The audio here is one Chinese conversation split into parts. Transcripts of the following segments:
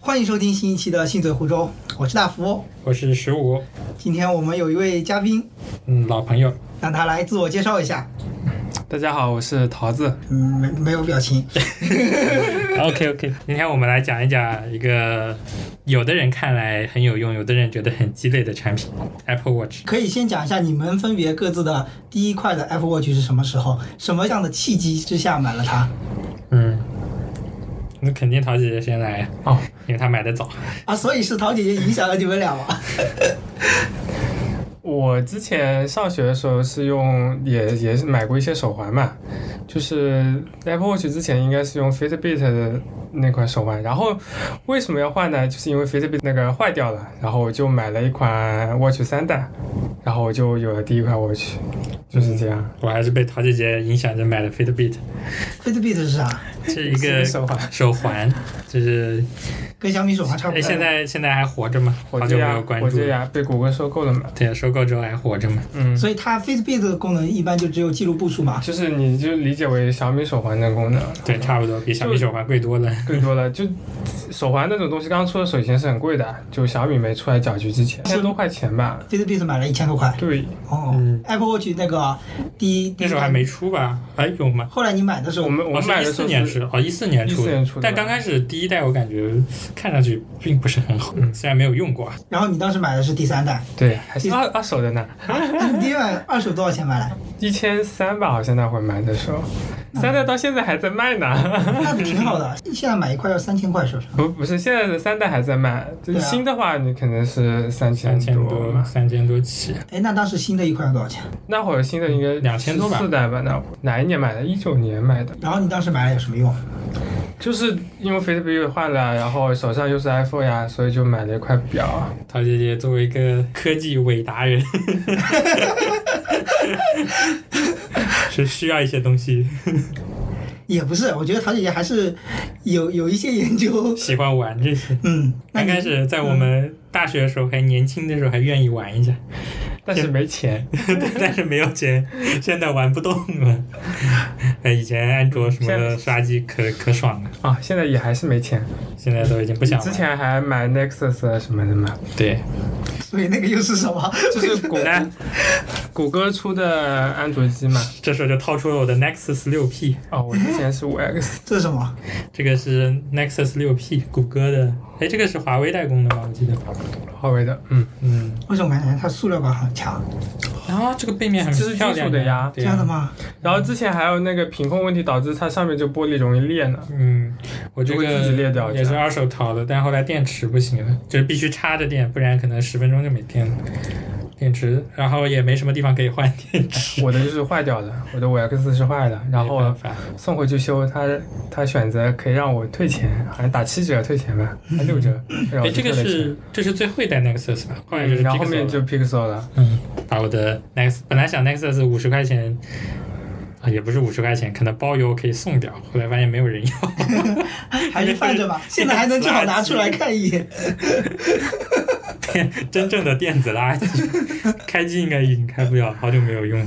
欢迎收听新一期的《信嘴湖州》，我是大福。我是十五，今天我们有一位嘉宾，嗯，老朋友，让他来自我介绍一下。大家好，我是桃子。嗯，没没有表情。 OK OK，今天我们来讲一讲一个有的人看来很有用，有的人觉得很鸡肋的产品 Apple Watch。可以先讲一下你们分别各自的第一块的 Apple Watch 是什么时候，什么样的契机之下买了它？嗯，那肯定陶姐姐先来啊哦，因为她买的早。啊，所以是桃姐姐影响了你 们俩吗？我之前上学的时候是用，也也是买过一些手环嘛，就是 Apple Watch 之前应该是用 Fitbit 的那款手环，然后为什么要换呢？就是因为 Fitbit 那个坏掉了，然后我就买了一款 Watch 三代，然后我就有了第一款 Watch，就是这样。我还是被陶姐姐影响着买的 Fitbit， Fitbit 是啥？是一是个个手环手环，就是跟小米手环差不哎，多。现在现在还活着吗？火好箭久没呀有，关火注箭了。呀，被谷歌收购了嘛？对，收购之后还活着吗？嗯，所以它 Fitbit 的功能一般就只有记录步数嘛。就是是你就理解为小米手环的功能。对，差不多比小米手环贵多了。更多了，就手环那种东西，刚出的时候以前是很贵的，就小米没出来搅局之前，一千多块钱吧。 Fitbit 买了一千多块。对，哦、嗯 a p p l e Watch 那个第一，第那一时候还代没出吧？哎还有吗？后来你买的时候我，们我我们买一的时四候年是是哦，一四年出14年出的但吧刚开始第一代我感觉看上去并不是很好，嗯虽然没有用过啊，然后你当时买的是第三代，对，还是二二手的呢，啊你第一代二手多少钱买来？一千三吧，好像那会买的时候，三代到现在还在卖呢。 那挺好的，现在买一块要三千块，是不是？不不是，现在的三代还在卖，就是对啊新的话你可能是三三千千多多，嘛。三千多起。哎，那当时新的一块要多少钱？那会儿新的应该2000多吧四代吧？那会儿哪一年买的？一九年买的，然后你当时买了有什么用？就是因为 Fitbit 换了，然后手上又是 iPhone 呀，所以就买了一块表。啊陶姐姐作为一个科技伪达人， 是需要一些东西，也不是，我觉得陶姐姐还是有有一些研 究。喜欢玩这些。嗯，那刚你开始在我们大学的时候还年轻的时候还愿意玩一下， 但是没钱，但是没有钱，现在玩不动了。哎，以前安卓什么的现在刷机可可爽了，啊，现在也还是没钱。现在都已经不想玩了。之前还买 Nexus 啊什么的 嘛，对，所以那个又是什么？ 就是谷来歌谷歌出的安卓机 嘛。这时候就掏出了我的 Nexus 六 P，哦，我之前是五 X，这是什么？这个是 Nexus 六 P，谷歌的，哎，这个是华为代工的吧？我记得，华为的，嗯，嗯，为什么感觉它塑料感很强？啊，这个背面很这是漂金亮属的呀对这样的？吗？然后之前还有那个品控问题，导致它上面就玻璃容易裂呢。嗯，我这就会自己裂个掉也这是样二手淘的，但后来电池不行了，就是必须插着电，不然可能十分钟就没电了。电池，然后也没什么地方可以换电池，我的就是坏掉的，我的五 X 是坏的，然没后办法送回去修，他他选择可以让我退钱，好像打七折退钱吧，还 六折。然后哎，我就这个退了是这是最后一代 Nexus 吧？后来就钱，是嗯然后后 Pixel 面了就 Pixel 了。嗯，把我的 Nex 本来想 Nexus 五十块钱啊，也不是五十块钱，可能包邮可以送掉，后来发现没有人要。还是放着吧，啊 现在还能正好拿出来看一眼。电真正的电子垃圾，开机应该已经开不了，好久没有用了。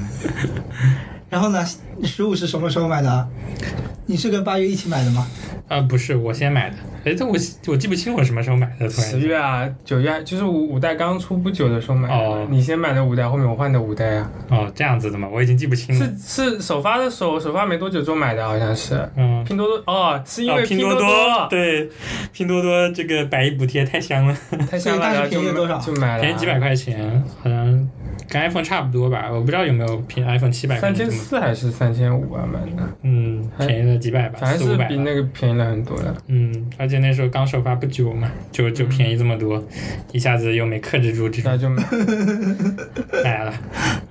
然后呢，十五是什么时候买的？你是跟八月一起买的吗？啊，不是我先买的，哎，这我我记不清我什么时候买的，突然十月啊，九月啊就是五五代刚出不久的时候买的嘛，哦你先买的五代，后面我换的五代啊呀、哦，这样子的嘛，我已经记不清了。是是首发的时候，首发没多久就买的，好像是。嗯，拼多多哦，是因啊为拼多多多对，拼多多这个百亿补贴太香了，太香了，然后所就以当时便宜了多少就买了，便宜几百块钱，好像跟 iPhone 差不多吧，我不知道有没有拼 iPhone 七百三千四还是三千五啊，买的，嗯，便宜了几百吧，反正四是五百吧。比那个便宜了很多的。嗯，而且那时候刚首发不久嘛，就嗯就便宜这么多，一下子又没克制住这那种 就买，买了。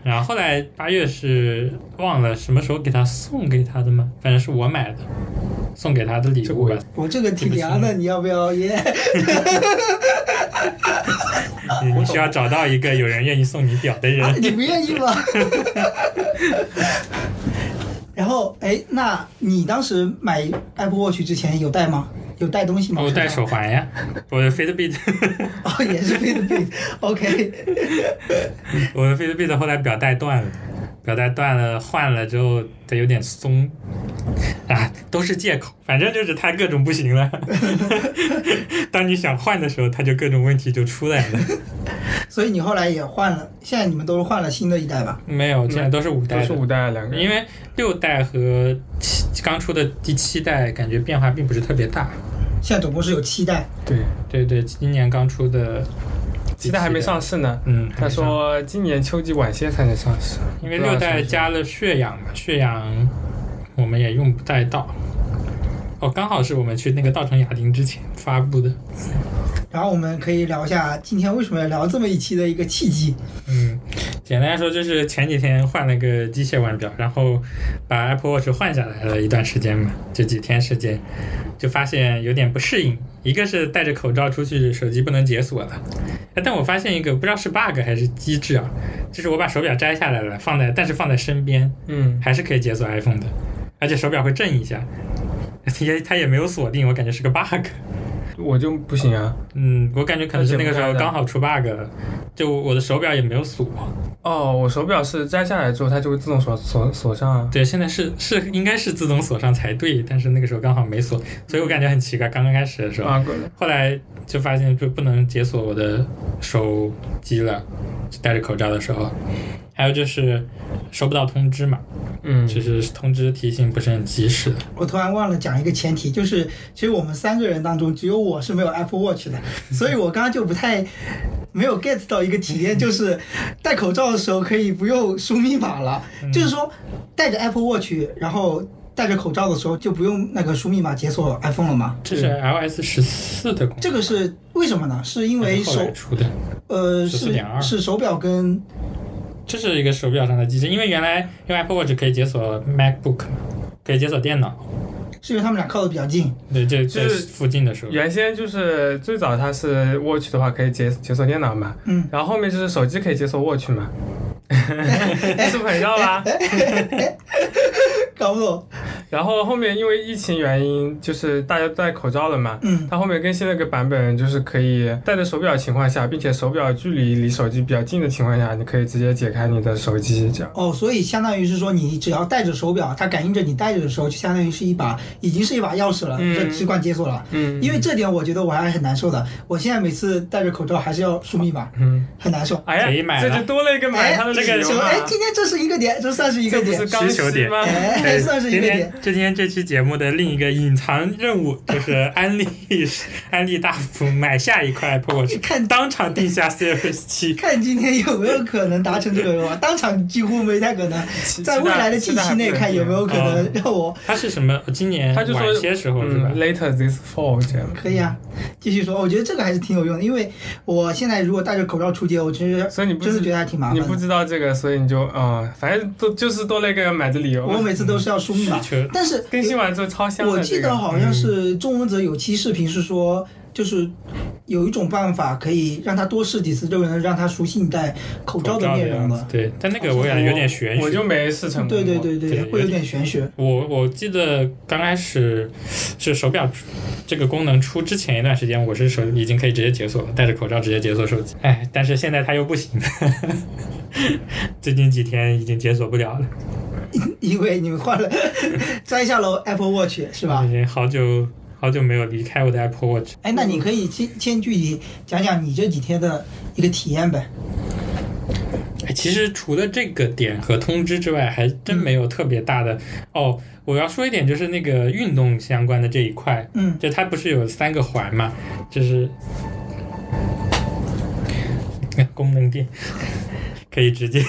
然后后来八月是忘了什么时候给他送给他的吗？反正是我买的，送给他的礼这物我吧。我这个挺凉的，你要不要耶？啊你你需要找到一个有人愿意送你表的人。啊你不愿意吗？然后，哎，那你当时买 Apple Watch 之前有带吗？有带东西吗？我戴手环呀，我的 Fitbit，哦，也是菲律宾。OK，我的 Fitbit 后来表带断了，表带断了换了之后它有点松，啊，都是借口，反正就是它各种不行了。 当你想换的时候，它就各种问题就出来了。所以你后来也换了，现在你们都是换了新的一代吧？没有，现在都是五都代是的，五代两个人，因为六代和七刚出的第七代感觉变化并不是特别大。现在总共是有七代，对，对对，今年刚出的，七代还没上市呢。嗯，他说今年秋季晚些才能上市，因为六代加了血氧嘛，血氧我们也用不太到。哦，刚好是我们去那个稻城亚丁之前发布的。然后我们可以聊一下今天为什么要聊这么一期的一个契机。嗯，简单来说就是前几天换了个机械腕表，然后把 Apple Watch 换下来了一段时间嘛，就几天时间，就发现有点不适应。一个是戴着口罩出去，手机不能解锁了。哎但我发现一个不知道是 bug 还是机制啊，就是我把手表摘下来了，放在但是放在身边，嗯，还是可以解锁 iPhone 的，而且手表会震一下，也它也没有锁定，我感觉是个 bug。我就不行啊。嗯，我感觉可能是那个时那候解不开的刚好出 bug 了，就我的手表也没有锁。哦，我手表是摘下来之后，它就会自动锁锁锁上啊。对，现在是是应该是自动锁上才对，但是那个时候刚好没锁，所以我感觉很奇怪。刚刚开始的时候，啊，后来就发现就不能解锁我的手机了，就戴着口罩的时候。还有就是收不到通知嘛，嗯，就是通知提醒不是很及时的。我突然忘了讲一个前提，就是其实我们三个人当中，只有我是没有 Apple Watch 的，所以我刚刚就不太没有 get 到一个体验，就是戴口罩的时候可以不用输密码了，嗯就是说戴着 Apple Watch，然后戴着口罩的时候就不用那个输密码解锁 iPhone 了吗？这是 iOS 十四的功能，这个是为什么呢？是因为后来手出的。呃是14.2是手表跟这是一个手表上的机制，因为原来用 Apple Watch 可以解锁 MacBook，可以解锁电脑，是因为他们俩靠的比较近，对，这就这是附近的手表。原先就是最早它是 Watch 的话可以解解锁电脑嘛，嗯，然后后面就是手机可以解锁 Watch 嘛，是不是很绕啊啦？搞不懂，然后后面因为疫情原因，就是大家都戴口罩了嘛，嗯，它后面更新了个版本，就是可以戴着手表情况下，并且手表距离离手机比较近的情况下，你可以直接解开你的手机这样。哦，所以相当于是说，你只要戴着手表，它感应着你戴着的时候，就相当于是一把，已经是一把钥匙了，嗯这只管解锁了。嗯，因为这点，我觉得我还是很难受的。我现在每次戴着口罩还是要输密码，嗯，很难受。哎可以呀，买这了就多了一个买它的这个理什由么？嘛哎，今天这是一个点，这算是一个这不点是。刚需求需点吗？ 哎， 算是一今个天点。今天这期节目的另一个隐藏任务 就是安利安利大福买下一块 Apple Watch，看当场定下 Series 七。看今天有没有可能达成这个愿望，当场几乎没太可能，期在未来的近期内看有没有啊可能让我它是什么？今年他就说晚些时候是吧嗯？，later this fall 这样。可以啊，继续说。我觉得这个还是挺有用的，因为我现在如果戴着口罩出街，我其实 所以你不真的知觉得还挺麻你烦不的。知道这个，所以你就啊、嗯反正都就是多了一个买的理由嘛。我每次都是要输密码需求，但是更新完之后超香的、这我个。记得好像是钟文泽有期视频是说，就是有一种办法可以让他多试几次，就能让他熟悉你戴口罩的内容子了。对，但那个我感觉有点玄学。我就没试成功。对对对对对，有会有点点玄学。我我记得刚开始是手表这个功能出之前一段时间，我是手已经可以直接解锁了，戴着口罩直接解锁手机。哎，但是现在它又不行， 最近几天已经解锁不了了，因为你们换 了，摘下了 Apple Watch 是吧嗯已？经好久好久没有离开我的 Apple Watch。哎，那你可以先先具体讲讲你这几天的一个体验呗。哎，其实除了这个点和通知之外，还真没有特别大的、哦。我要说一点，就是那个运动相关的这一块，嗯，就它不是有三个环嘛，就是哎功能键可以直接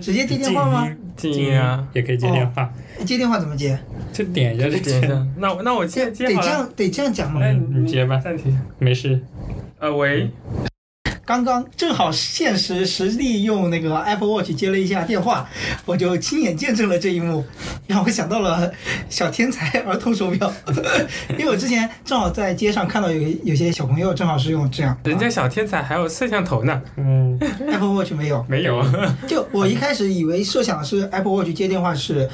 直 接接静电话吗？音，静音啊，也可以接电话，接电话怎么接？就点一下就点一接。 下。那我那我接得接好这了。样得这样讲吗？哎，嗯你接吧暂停一下。没事，呃，喂，刚刚正好现实实地用那个 Apple Watch 接了一下电话，我就亲眼见证了这一幕，让我想到了小天才儿童手表， 因为我之前正好在街上看到有有些小朋友正好是用这样，啊人家小天才还有摄像头呢，嗯， Apple Watch 没有，没有？就我一开始以为设想是 Apple Watch 接电话是，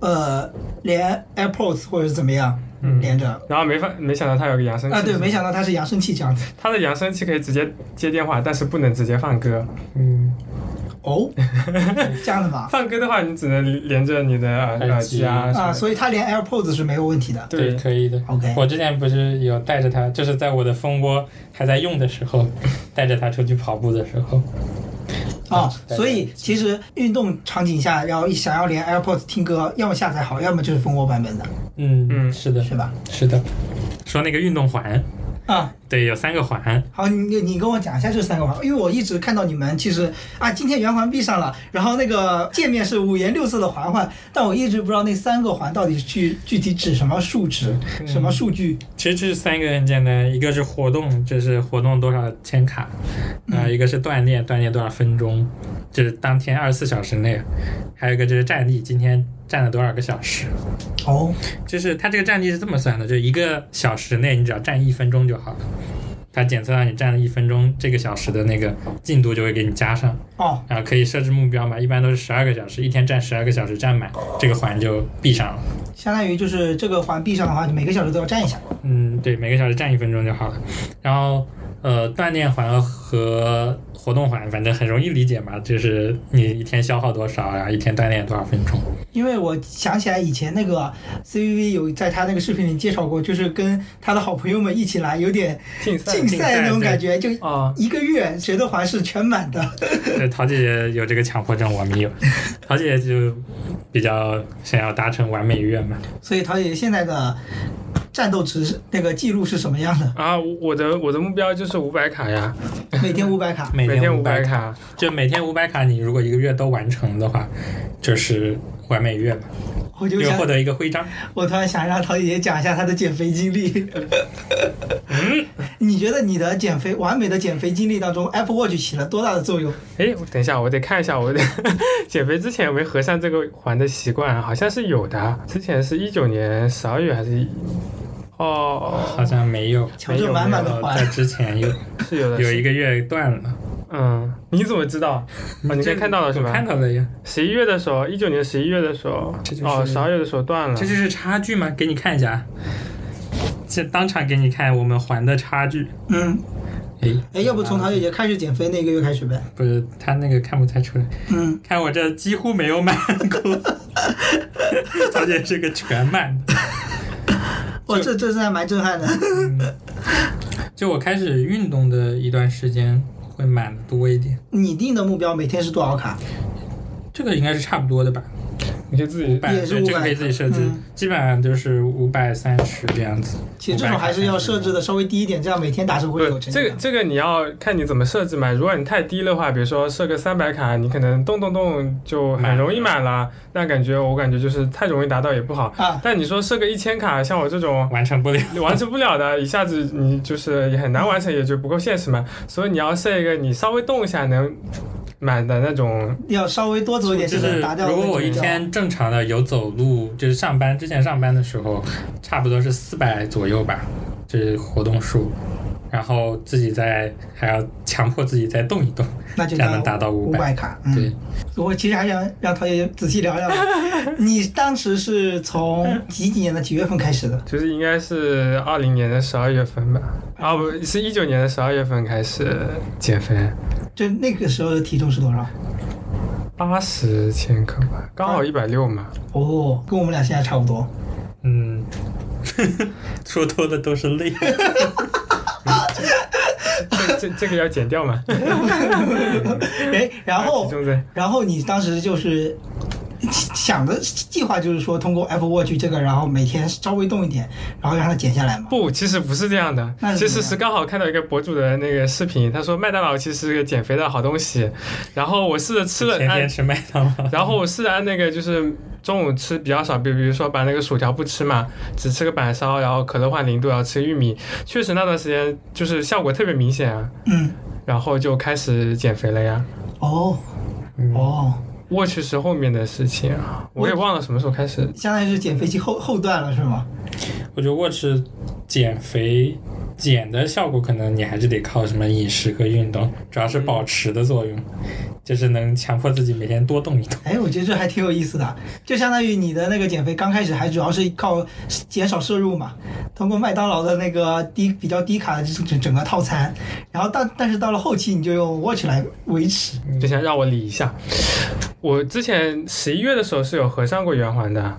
呃，连 AirPods 或者是怎么样嗯连着。然后没法没想到它有个扬声器啊，对，没想到它是扬声器这样子。它的扬声器可以直接接电话，但是不能直接放歌。 嗯， 哦，这样的吗？放歌的话，你只能连着你的耳耳耳机机啊什么啊，的所以它连 AirPods 是没有问题的。对，对，可以的。 OK 我之前不是有带着它，就是在我的蜂窝还在用的 时候，带着它出去跑步的时候，啊对，对所以其实运动场景下要想要连 AirPods 听歌，要么下载好，要么就是蜂窝版本的，嗯，嗯是的，是吧？是的。说那个运动环，啊，对，有三个环，好，你你你跟我讲一下这三个环，因为我一直看到你们其实啊，今天圆环闭上了，然后那个界面是五颜六色的环环，但我一直不知道那三个环到底是具具体指什么数值、什么数据。其实这三个很简单，一个是活动，这是活动多少千卡，啊、一个是锻炼，锻炼多少分钟，这是当天二十四小时内，还有一个就是站立，今天站了多少个小时，哦，就是它这个站立是这么算的，就一个小时内你只要站一分钟就好了，它检测到你站了一分钟，这个小时的那个进度就会给你加上，哦，然后可以设置目标嘛，一般都是十二个小时，一天站十二个小时站满，这个环就闭上了。相当于就是这个环闭上的话，你每个小时都要站一下。嗯，对，每个小时站一分钟就好了。然后，呃，锻炼环和活动环，反正很容易理解嘛，就是你一天消耗多少，啊然后一天锻炼多少分钟。因为我想起来以前那个 CVV 有在他那个视频里介绍过，就是跟他的好朋友们一起来，有点竞赛竞赛那种感觉，就啊，？一个月谁的环是全满的。对，桃姐姐有这个强迫症，我没有。桃姐姐就比较想要达成完美愿嘛。所以陶姐姐现在的战斗值是那个记录是什么样的 啊，我的我的目标就是五百卡呀，每天五百卡。每每天五五百百卡，卡，就每天五百卡，你如果一个月都完成的话，就是完美愿嘛，我就就想获，得一个徽章。我突然想让陶姐姐讲一下她的减肥经历。 你觉得你的减肥完美的减肥经历当中，Apple Watch 起了多大的作用？哎，我等一下，我得看一下我的 减肥之前有没有合上这个环的习惯，啊好像是有的。之前是一九年十二月还是一好哦，像没有，乔治满满然的后在环。之前有是有的，有一个个月断了。嗯，你怎么知道？哦，你这刚看到了是我吧看？到了呀，十一月的时候，一九年十一月的时候这就，是哦，十二月的时候断了这。就是差距吗？给你看一下，啊这当场给你看我们还的差距。嗯，哎哎，要不从陶姐姐开始减肥那个月开始呗？不是他那个看不太出来，嗯，看我这几乎没有满 过，曹姐是个全满的。哇，这这真还蛮震撼的。 就我开始运动的一段时间会满的多一点，你定的目标每天是多少卡？这个应该是差不多的吧？你可以自己百也是对这个500可以自己设置，嗯基本上就是五百三十这样子。其实这种还是要设置的稍微低一点，这样每天达成会有不，成这就个感。这个你要看你怎么设置嘛。如果你太低的话，比如说设个三百卡，你可能动动动就很容易满了，那感觉我感觉就是太容易达到也不好。啊，但你说设个一千卡，像我这种完成不了，你完成不了的，一下子你就是也很难完成，也就不够现实嘛。所以你要设一个你稍微动一下能满的那种，要稍微多走一点就就是能达掉那如个果我一目标天正常的有走路，就是上班之前上班的时候，差不多是四百左右吧，就是活动数，然后自己再还要强迫自己再动一动，那就这样能达到五五百。百卡。嗯，对，我其实还想让陶姐仔细聊聊， 你当时是从几几年的几月份开始的？就是应该是二零年的十二月份吧，啊不是一九年的十二月份开始减肥，就那个时候的体重是多 少？八十千克吧，刚好一百六嘛。哦，跟我们俩现在差不 多。嗯，说多了都是泪。这这这个要减掉嘛？哎，然体后重在然后你当时就是想的计划就是说通过 Apple Watch 这个，然后每天稍微动一点，然后让它减下来嘛。不，其实不是这样的那，是其怎么实样是刚好看到一个博主的那个视频，他说麦当劳其实是个减肥的好东西，然后我试着吃了，天按天吃麦当劳， 然后我试着按那个就是中午吃比较少，比比如说把那个薯条不吃嘛，只吃个板烧，然后可乐换零度，然后吃玉米，确实那段时间就是效果特别明显啊，嗯，然后就开始减肥了呀。哦嗯哦，我去是后面的事情啊，我也忘了什么时候开始。相当于是减肥期后后段了是吗？我觉得 Watch 减肥减的效果，可能你还是得靠什么饮食和运动，主要是保持的作用。就是能强迫自己每天多动一动。哎，我觉得这还挺有意思的，就相当于你的那个减肥刚开始还主要是靠减少摄入嘛，通过麦当劳的那个低比较低卡的这整整个套餐，然后但但是到了后期你就用 watch 来维持。就想让我理一下。我之前十一月的时候是有合上过圆环的，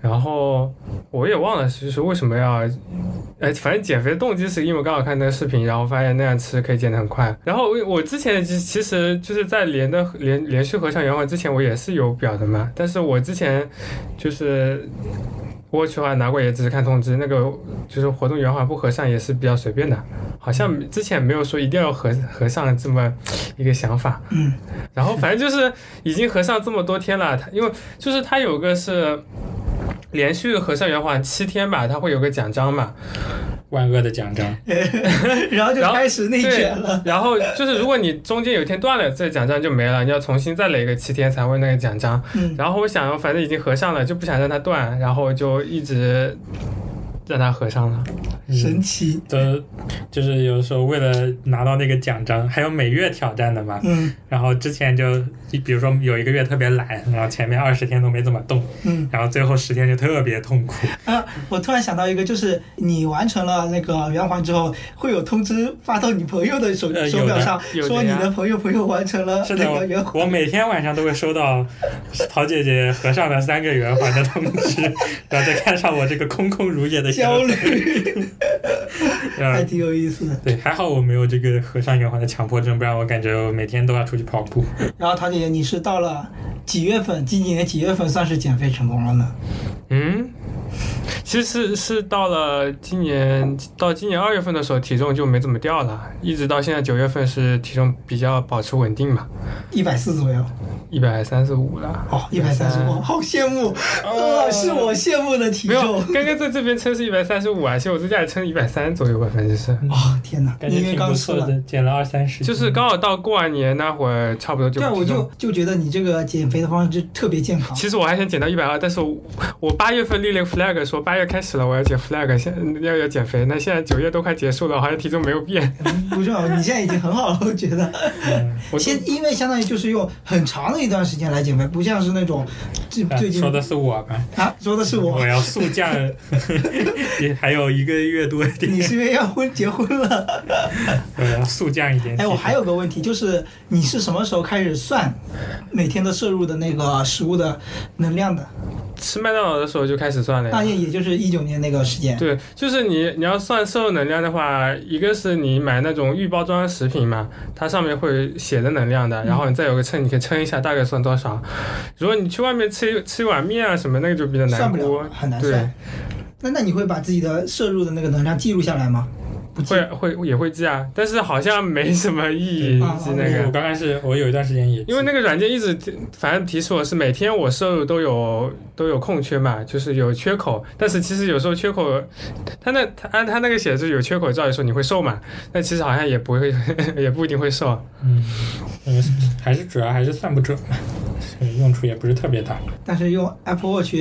然后我也忘了就是为什么要，哎，反正减肥动机是因为我刚好看那个视频，然后发现那样吃可以减得很快。然后我我之前其其实就是在连的连连续合上圆环之前，我也是有表的嘛，但是我之前就是。我去话拿过也只是看通知，那个就是活动圆环不合上也是比较随便的，好像之前没有说一定要合合上这么一个想法。嗯，然后反正就是已经合上这么多天了，它因为就是它有个是连续合上圆环七天吧，它会有个奖章嘛，万恶的奖章，然后就然后开始内对卷了。，然后就是如果你中间有一天断了，这奖章就没了，你要重新再垒个七天才会那个奖章。嗯，然后我想，反正已经合上了，就不想让它断，然后就一直让它合上了。嗯神奇。都就是有时候为了拿到那个奖章，还有每月挑战的嘛。嗯然后之前就比如说有一个月特别懒，然后前面二十天都没怎么动，嗯。然后最后十天就特别 痛苦。啊，我突然想到一个，就是你完成了那个圆环之后，会有通知发到你朋友的手、呃有的手表上，有的说你呀的朋友朋友完成了哎是的那个圆，环。我每天晚上都会收到陶姐姐合上了三个圆环的通 知，然后再看上我这个空空如也的圆焦环虑， 还嗯挺有意思的。对，还好我没有这个合上圆环的强迫症，不然我感觉我每天都要出去跑步。然后陶姐姐，你是到了几月份？今年几月份算是减肥成功了呢？嗯，其实是是到了今年到今年二月份的时候，体重就没怎么掉了，一直到现在九月份是体重比较保持稳定嘛，一百四左右，一百三十五了。哦，一百三十五，好羡慕，哦呃，是我羡慕的体没有重，。刚刚在这边称是一百三十五啊，其实我在家里称一百三左右吧，反正是，哦，天哪，感觉因为挺不刚出错了。的，减了二三十斤。就是刚好到过完年那会儿，差不多就对啊，我体重就就觉得你这个减肥的方式就特别健康。其实我还想减到一百二，但是我我八月份立了个 flag，说八月开始了我要减 flag，现在要要减肥。那现在九月都快结束了，我好像体重没有变。 不重要，你现在已经很好了， 我觉得。我先，因为相当于就是用很长的一段时间来减肥，不像是那种最啊最近说的是我吧？啊，说的是我我，要速 降，也 还有一个月多一你点，是因为要婚结婚了。我要速降一点。嗯哎，我还有个问题，就是你是什么时候开始算每天的摄入的那个食物的能量的？吃麦当劳的时候就开始算了呀那。也也就是一九年那个时间。 对，就是你你要算摄入能量的话，一个是你买那种预包装食品嘛，它上面会写的能量的，然后你再有个秤，你可以称一下大概算多少。如果你去外面吃一吃一碗面啊什么，那个就比较算难不估了，，很难对算。。那那你会把自己的摄入的那个能量记录下来吗？不记会会也会记啊，但是好像没什么意义啊记那个我。刚开始我有一段时间也因为那个软件一直提反正提示我是每天我摄入都有都有空缺嘛，就是有缺口，但是其实有时候缺口，他那他按他那个写的就是有缺口，照理说你会瘦嘛，但其实好像也不会， 也不一定会瘦。嗯，嗯还是主要还是算不准嘛，所以用处也不是特别大。但是用 Apple Watch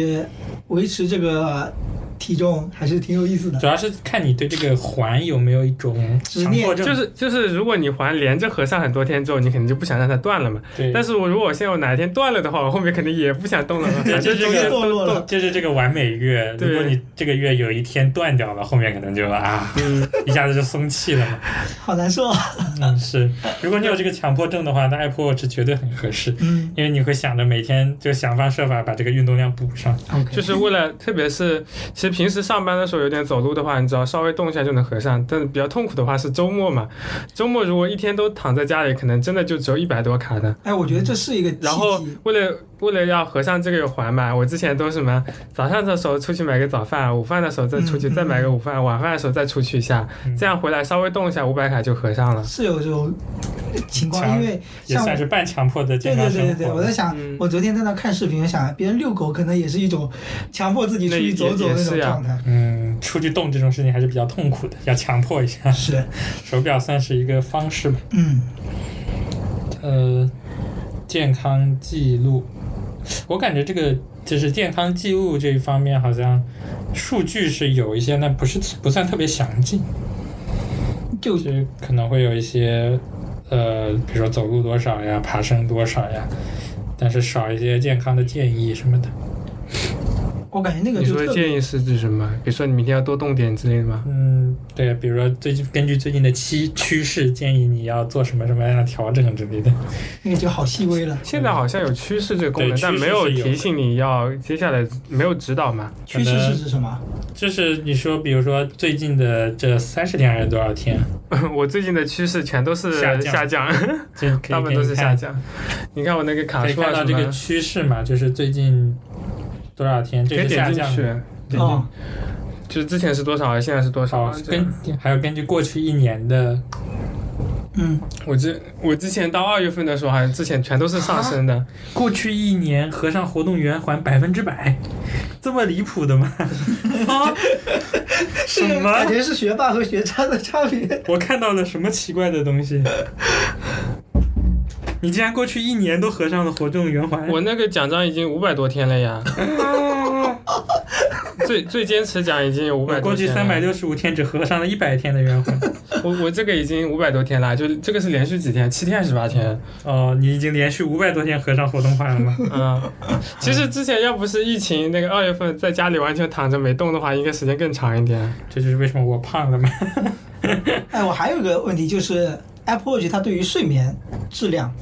维持这个体重还是挺有意思的。主要是看你对这个环有没有一种执强念迫症，就是就是，如果你还连着合上很多天之后，你肯定就不想让它断了嘛。对，但是我如果我现在我哪一天断了的话，我后面肯定也不想动了嘛。对反正这中间个堕落都了都就是这个完美月，对如果你这个月有一天断掉了，后面可能就啊，嗯一下子就松气了嘛。好难受啊。嗯，是，如果你有这个强迫症的话，那 Apple Watch 绝对很合适，嗯因为你会想着每天就想方设法把这个运动量补上。 ，OK，就是为了，特别是其实平时上班的时候有点走路的话，你只要稍微动一下就能合上。但是比较痛苦的话是周末嘛，周末如果一天都躺在家里，可能真的就只有一百多卡的。哎，我觉得这是一个嗯然后 契机为了为了要合上这个环嘛，我之前都是什么早上的时候出去买个早饭，午饭的时候再出去嗯嗯再买个午饭，晚饭的时候再出去一下，这样回来稍微动一下五百卡就合上了。是有这种呃情况，强因为也像算是半强迫的对健对康对生对对，我活在。想嗯，我昨天在那看视频，想别人遛狗可能也是一种强迫自己出那去也走走也那是种呀状态。嗯，出去动这种事情还是比较痛苦的，要强迫一下。是，手表算是一个方式吧。嗯，呃，健康记录，我感觉这个就是健康记录这一方面，好像数据是有一些，但不是不算特别详尽，就就是可能会有一些呃，比如说走路多少呀，爬升多少呀，但是少一些健康的建议什么的。我感觉那个你就说的特别建议是指什么？比如说你明天要多动点之类的吗？嗯，对，比如说最近根据最近的期趋势，建议你要做什么什么样的调整之类的。那个就好细微了。现在好像有趋势这个功能，对但趋势没有是有提的醒你要接下来没有指导嘛？趋势是指什么？就是你说，比如说最近的这三十天还是多少天， 我最近的趋势全都是下降下降，这可 大以部给分都你是下看降。你看我那个卡可以数看啊到什这个么，趋势嘛，就是最近多少天可这是以下点进降去的，，点进哦，就是之前是多少，现在是多少好啊？这样根还有根据过去一年的，嗯，我之我之前到二月份的时候，好像之前全都是上升啊的，过去一年合上活动源还百分之百，这么离谱的 吗？啊，什是么感？觉是学霸和学渣的差别。我看到了什么奇怪的东西？你竟然过去一年都合上了活动圆环，我那个奖章已经五百多天 了呀，最最坚持奖已经有五百我多过去天啊了。三百六十五天只合上了一百天的圆环。我我这个已经五百多天了，就这个是连续几天，七天还是八天？啊哦，你已经连续五百多天合上活动环了吗？ 嗯，其实之前要不是疫情，那个二月份在家里完全躺着没动的话，应该时间更长一点。这就是为什么我胖了嘛。哎，我还有一个问题就是 Apple Watch 它对于睡眠质量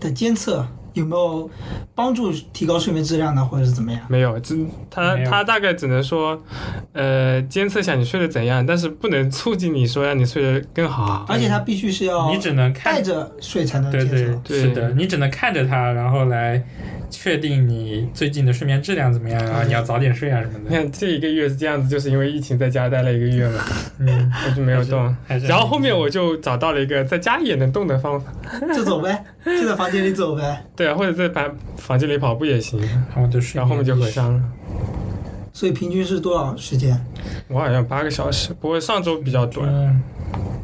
的监测有没有帮助提高睡眠质量呢，或者是怎么嗯样？没有，这他没有他大概只能说，呃，监测一下你睡得怎样，但是不能促进你说让你睡得更好啊。而且它必须是要你只能带看，着睡才能对监测。 对对是的，你只能看着它，然后来确定你最近的睡眠质量怎么样啊？你要早点睡啊什么 你的。看这一个月是这样子，就是因为疫情在家待了一个月嘛，嗯，我 就没有动。还是然后后面我就找到了一个在家里也能动的方法，就走呗，就在房间里走呗。对，啊或者在房房间里跑步也 行。然后我就睡，然后后面就合。上了。所以平均是多少时间？ 我好像八个小时，不过上周比较短，嗯，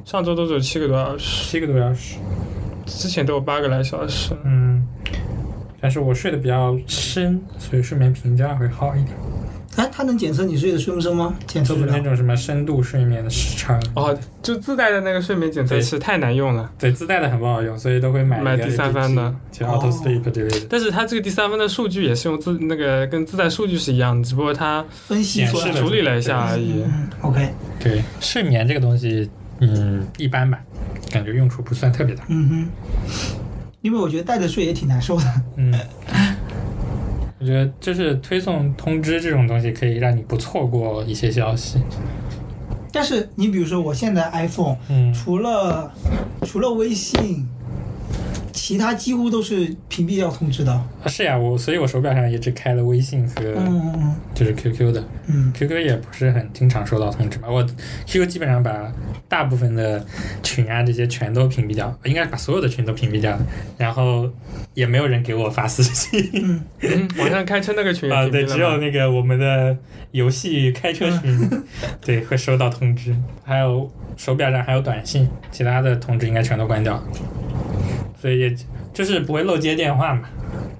上周都只有七个多小时，七个多小时。之前都有八个来小时。嗯，但是我睡得比较深，所以睡眠评价会好一点。哎，它能检测你睡得深不深吗？检测就不是那了。种什么深度睡眠的时长。哦，就自带的那个睡眠检测器太难用了，对，自带的很不好用，所以都会买买一个第三方的 APP，就 Auto Sleep 之类的。但是它这个第三方的数据也是用自那个跟自带数据是一样的，只不过它分析显出示来的处理了一下而已。嗯，OK，对，睡眠这个东西，嗯，一般吧，感觉用处不算特别大。嗯哼。因为我觉得带着睡也挺难受的。嗯，我觉得就是推送通知这种东西，可以让你不错过一些消息。但是你比如说，我现在 iPhone 嗯，除了除了微信，其他几乎都是屏蔽掉通知的。啊是呀，我所以我手表上一直开了微信和嗯嗯就是 QQ 的嗯，QQ 也不是很经常收到通知吧。我 QQ 基本上把大部分的群啊这些全都屏蔽掉，应该把所有的群都屏蔽掉，然后也没有人给我发私信。嗯嗯我像开车那个群也啊，屏蔽对，了只有嘛那个我们的游戏开车群， 对，会收到通知，还有手表上还有短信，其他的通知应该全都关掉，所以也就是不会漏接电话嘛，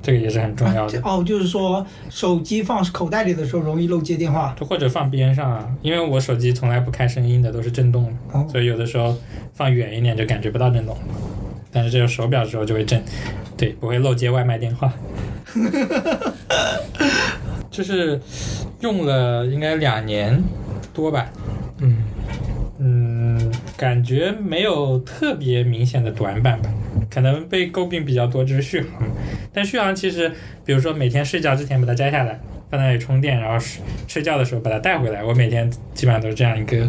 这个也是很重嗯。要啊这的，哦，就是说手机放口袋里的时候容易漏接电话。就或者放边上啊，因为我手机从来不开声音的，都是震动的，哦所以有的时候放远一点就感觉不到震动，但是这个手表的时候就会震，对，不会漏接外卖电话。 就是用了应该两年多吧，嗯，嗯，感觉没有特别明显的短板吧，可能被诟病比较多就是续航，但续航其实，比如说每天睡觉之前把它摘下来，放在那里充电，然后睡睡觉的时候把它带回来，我每天基本上都是这样一个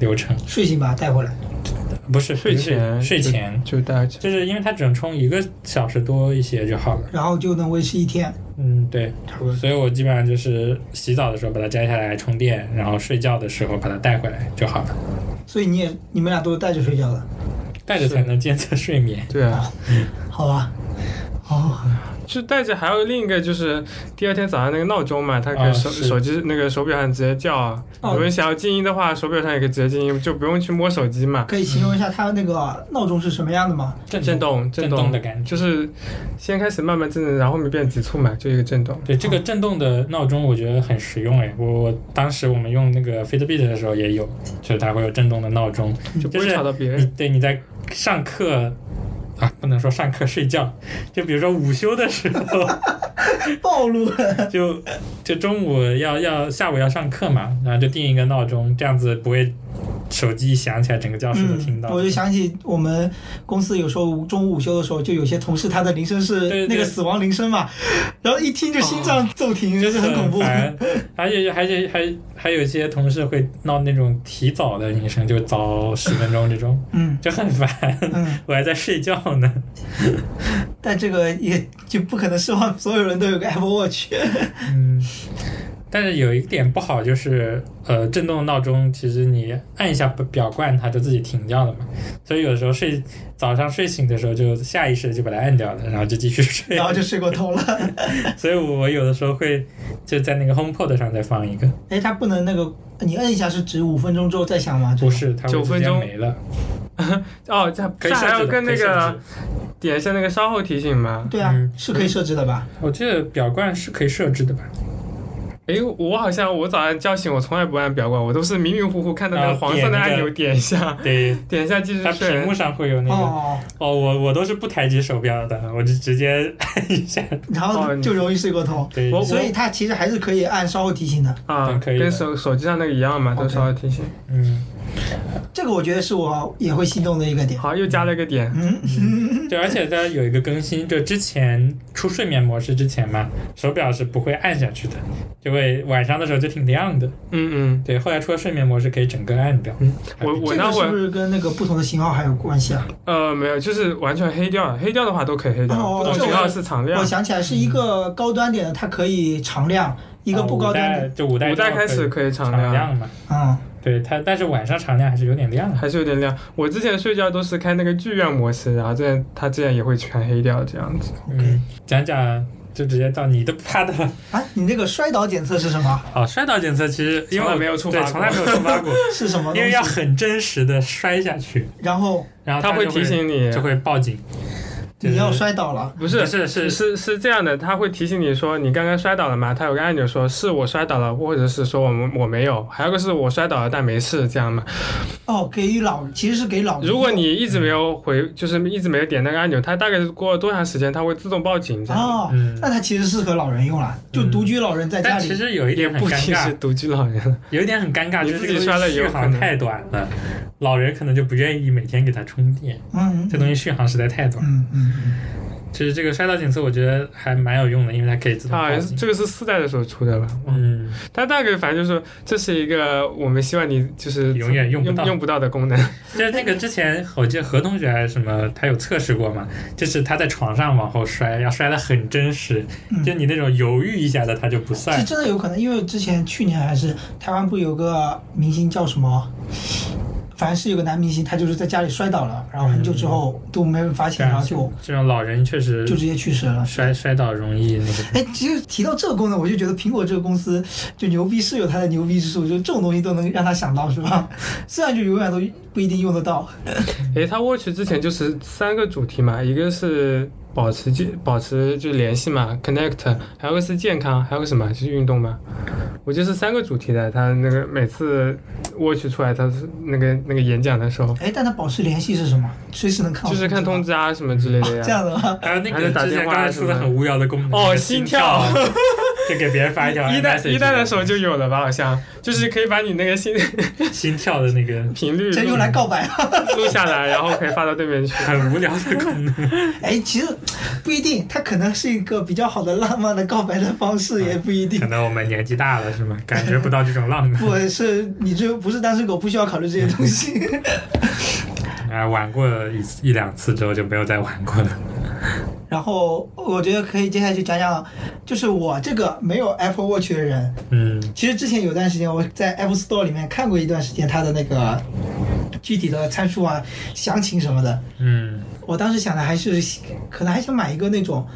流程，睡醒把它带回来。不是睡不是前睡就前，就带着。就是因为它只能充一个小时多一些就好了，然后就能维持一天，嗯，对，差不多。所以我基本上就是洗澡的时候把它摘下来充电，然后睡觉的时候把它带回来就好了，所以你也你们俩都是带着睡觉的，带着才能监测睡眠。对啊，好吧？哦，就带着还有另一个就是第二天早上那个闹钟嘛，它可啊以手、是手机那个手表上直接叫啊。哦如果你想要静音的话，手表上也可以直接静音，就不用去摸手机嘛。可以形容一下它那个闹钟是什么样的吗？ 震动，嗯震动的感觉。就是先开始慢慢震动，然后后面变急促嘛，就一个震动。对这个震动的闹钟，我觉得很实用哎！我我当时我们用那个 Fitbit 的时候也有，就是它会有震动的闹钟，就不就会是吵到别你人。对你在上课啊，不能说上课睡觉，就比如说午休的时候，暴露了。就就中午要要下午要上课嘛，然后就定一个闹钟，这样子不会手机一响起来，整个教室都听嗯，到。我就想起我们公司有时候中午午休的时候，就有些同事他的铃声对是那对个死亡铃声嘛，然后一听就心脏骤哦停，就是很恐怖。 烦，而且而且还还有一些同事会闹那种提早的铃声，就早十分钟这种，嗯就很烦。 嗯，我还在睡觉呢。但这个也就不可能奢望所有人都有个 Apple Watch。嗯，但是有一点不好就是，呃，震动闹钟其实你按一下表冠，它就自己停掉了嘛。所以有的时候睡早上睡醒的时候，就下意识就把它按掉了，然后就继续睡然。后就睡过头了。 所以我有的时候会就在那个 HomePod 上再放一个，哎，它不能那个，你摁一下是指五分钟之后再响吗？不是它会九直分接钟没了，哦，这可以这设置还要的跟可那以设个置点一下那个稍后提醒吗？对啊，嗯是可以设置的吧？我记得表冠是可以设置的吧？诶，我好像我早上叫醒，我从来不按表管，我都是迷迷糊糊看到那然个后黄色啊点的那个按钮，点一下， 对，点一下继续它睡屏。幕上会有那个。哦，哦，我我都是不抬起手表的，我就直接按一下。然后就容易睡过头，对，我所以它其实还是可以按稍后提醒的。啊，嗯可以的跟手手机上那个一样嘛，都 OK 稍微提醒。嗯。这个我觉得是我也会心动的一个点。嗯好，又加了一个点。嗯 对，而且它有一个更新，就之前出睡眠模式之前嘛，手表是不会按下去的，就会晚上的时候就挺亮的。嗯对，后来出了睡眠模式，可以整个按掉。嗯，我我这那个会是儿不是跟那个不同的型号还有关系啊？呃，没有，就是完全黑掉了。黑掉的话都可以黑掉，哦不同这型我号是常亮我。想起来是一个高端点的，它可以常亮；一个不高五端代的，就五代五代开始可可以以常常亮，嘛。嗯，对它，但是晚上常亮还是有点亮的。还是有点亮。我之前睡觉都是开那个剧院模式，然后这样它这样也会全黑掉这样子。嗯，讲讲就直接到你的啪 的。啊，你那个摔倒检测是什么？哦，摔倒检测其实因为从来我没有触对发从过来没有触 发过，是什么东西？因为 要很真实的摔下去，然后然后它会会提醒你，啊就会报警。就是你要摔倒了，不是是是是是是这样的，它会提醒你说你刚刚摔倒了吗？它有个按钮说是我摔倒了，或者是说我们我没有，还有个是我摔倒了但没事这样嘛。哦，给予老其实是给老人。如果你一直没有回，就是一直没有点那个按钮，它大概是过了多长时间它会自动报警这样。哦嗯，那它其实适合老人用了，就独居老人在家但里其。实有一也点很不尴仅尬是，独居老人，有一点很尴尬，你就是自这己个摔了也续有可航能太短了，老人可能就不愿意每天给它充电，嗯这东西续航实在太短。嗯嗯嗯，其实这个摔倒检测我觉得还蛮有用的，因为它可以自动它好报像是警。啊这个是四代的时候出的吧？嗯，它大概反正就是说这是一个我们希望你就是永远用用不到用不到的功能。就是那个之前我记得何同学还是什么，他有测试过嘛，就是他在床上往后摔，要摔得很真实，嗯就你那种犹豫一下的他就不这算。真的有可能，因为之前去年还是台湾不有个明星叫什么，反正是有个男明星，他就是在家里摔倒了，然后很久之后都没人发现，对啊然后就这种老人确实就直接去世了。摔摔倒容易那个。哎，其实提到这个功能，我就觉得苹果这个公司就牛逼是有它的牛逼之处，就这种东西都能让他想到，是吧？ 虽然就永远都不一定用得到，诶，它 Watch 之前就是三个主题嘛，一个是保持健保持就是联系嘛，Connect，还有个是健康，还有个什么就是运动嘛。我就是三个主题的，它那个每次 Watch 出来，它是那个那个演讲的时候，哎，但它保持联系是什么？随时能看，就是看通知啊什么之类的这呀。样 的吗？还有那还个能打之前电刚话才出的很无聊的功能哦就是心跳跳，就给别人发一条啊一代 iMessage 一代的时候就有了吧，好像就是可以把你那个心 心跳的那个频率这录用来告白啊！录下来，然后可以发到对面去。很无聊的功能。哎，其实不一定，它可能是一个比较好的浪漫的告白的方式，也不一定可。能我们年纪大了是吗？感觉不到这种 浪漫。不是你这不是单身狗，不需要考虑这些东西。 啊，玩过一次一两次之后就没有再玩过了。 然后我觉得可以接下来就讲讲，就是我这个没有 Apple Watch 的人，嗯其实之前有段时间我在 Apple Store 里面看过一段时间它的那个具体的参数啊、详情什么的。嗯我当时想的还是可能还想买一个那种，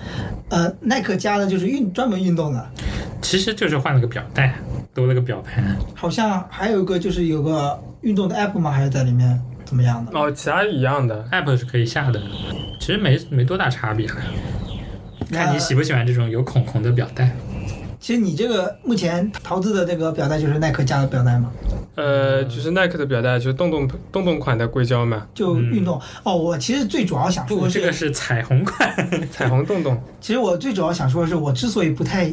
呃，耐克家的，就是运专门运动的。其实就是换了个表带，多了个表盘。好像还有一个就是有个运动的 app 吗？还是在里面怎么样的？哦，其他一样的， App 是可以下的，其实没没多大差别。啊看你喜不喜欢这种有孔孔的表带。其实你这个目前投资的这个表带就是耐克家的表带吗？呃，就是耐克的比较大，就是洞洞洞洞款的硅胶嘛，就运动、哦，我其实最主要想说不，的嗯这是，个是彩虹 款，彩虹洞洞，其实我最主要想说的是，我之所以不太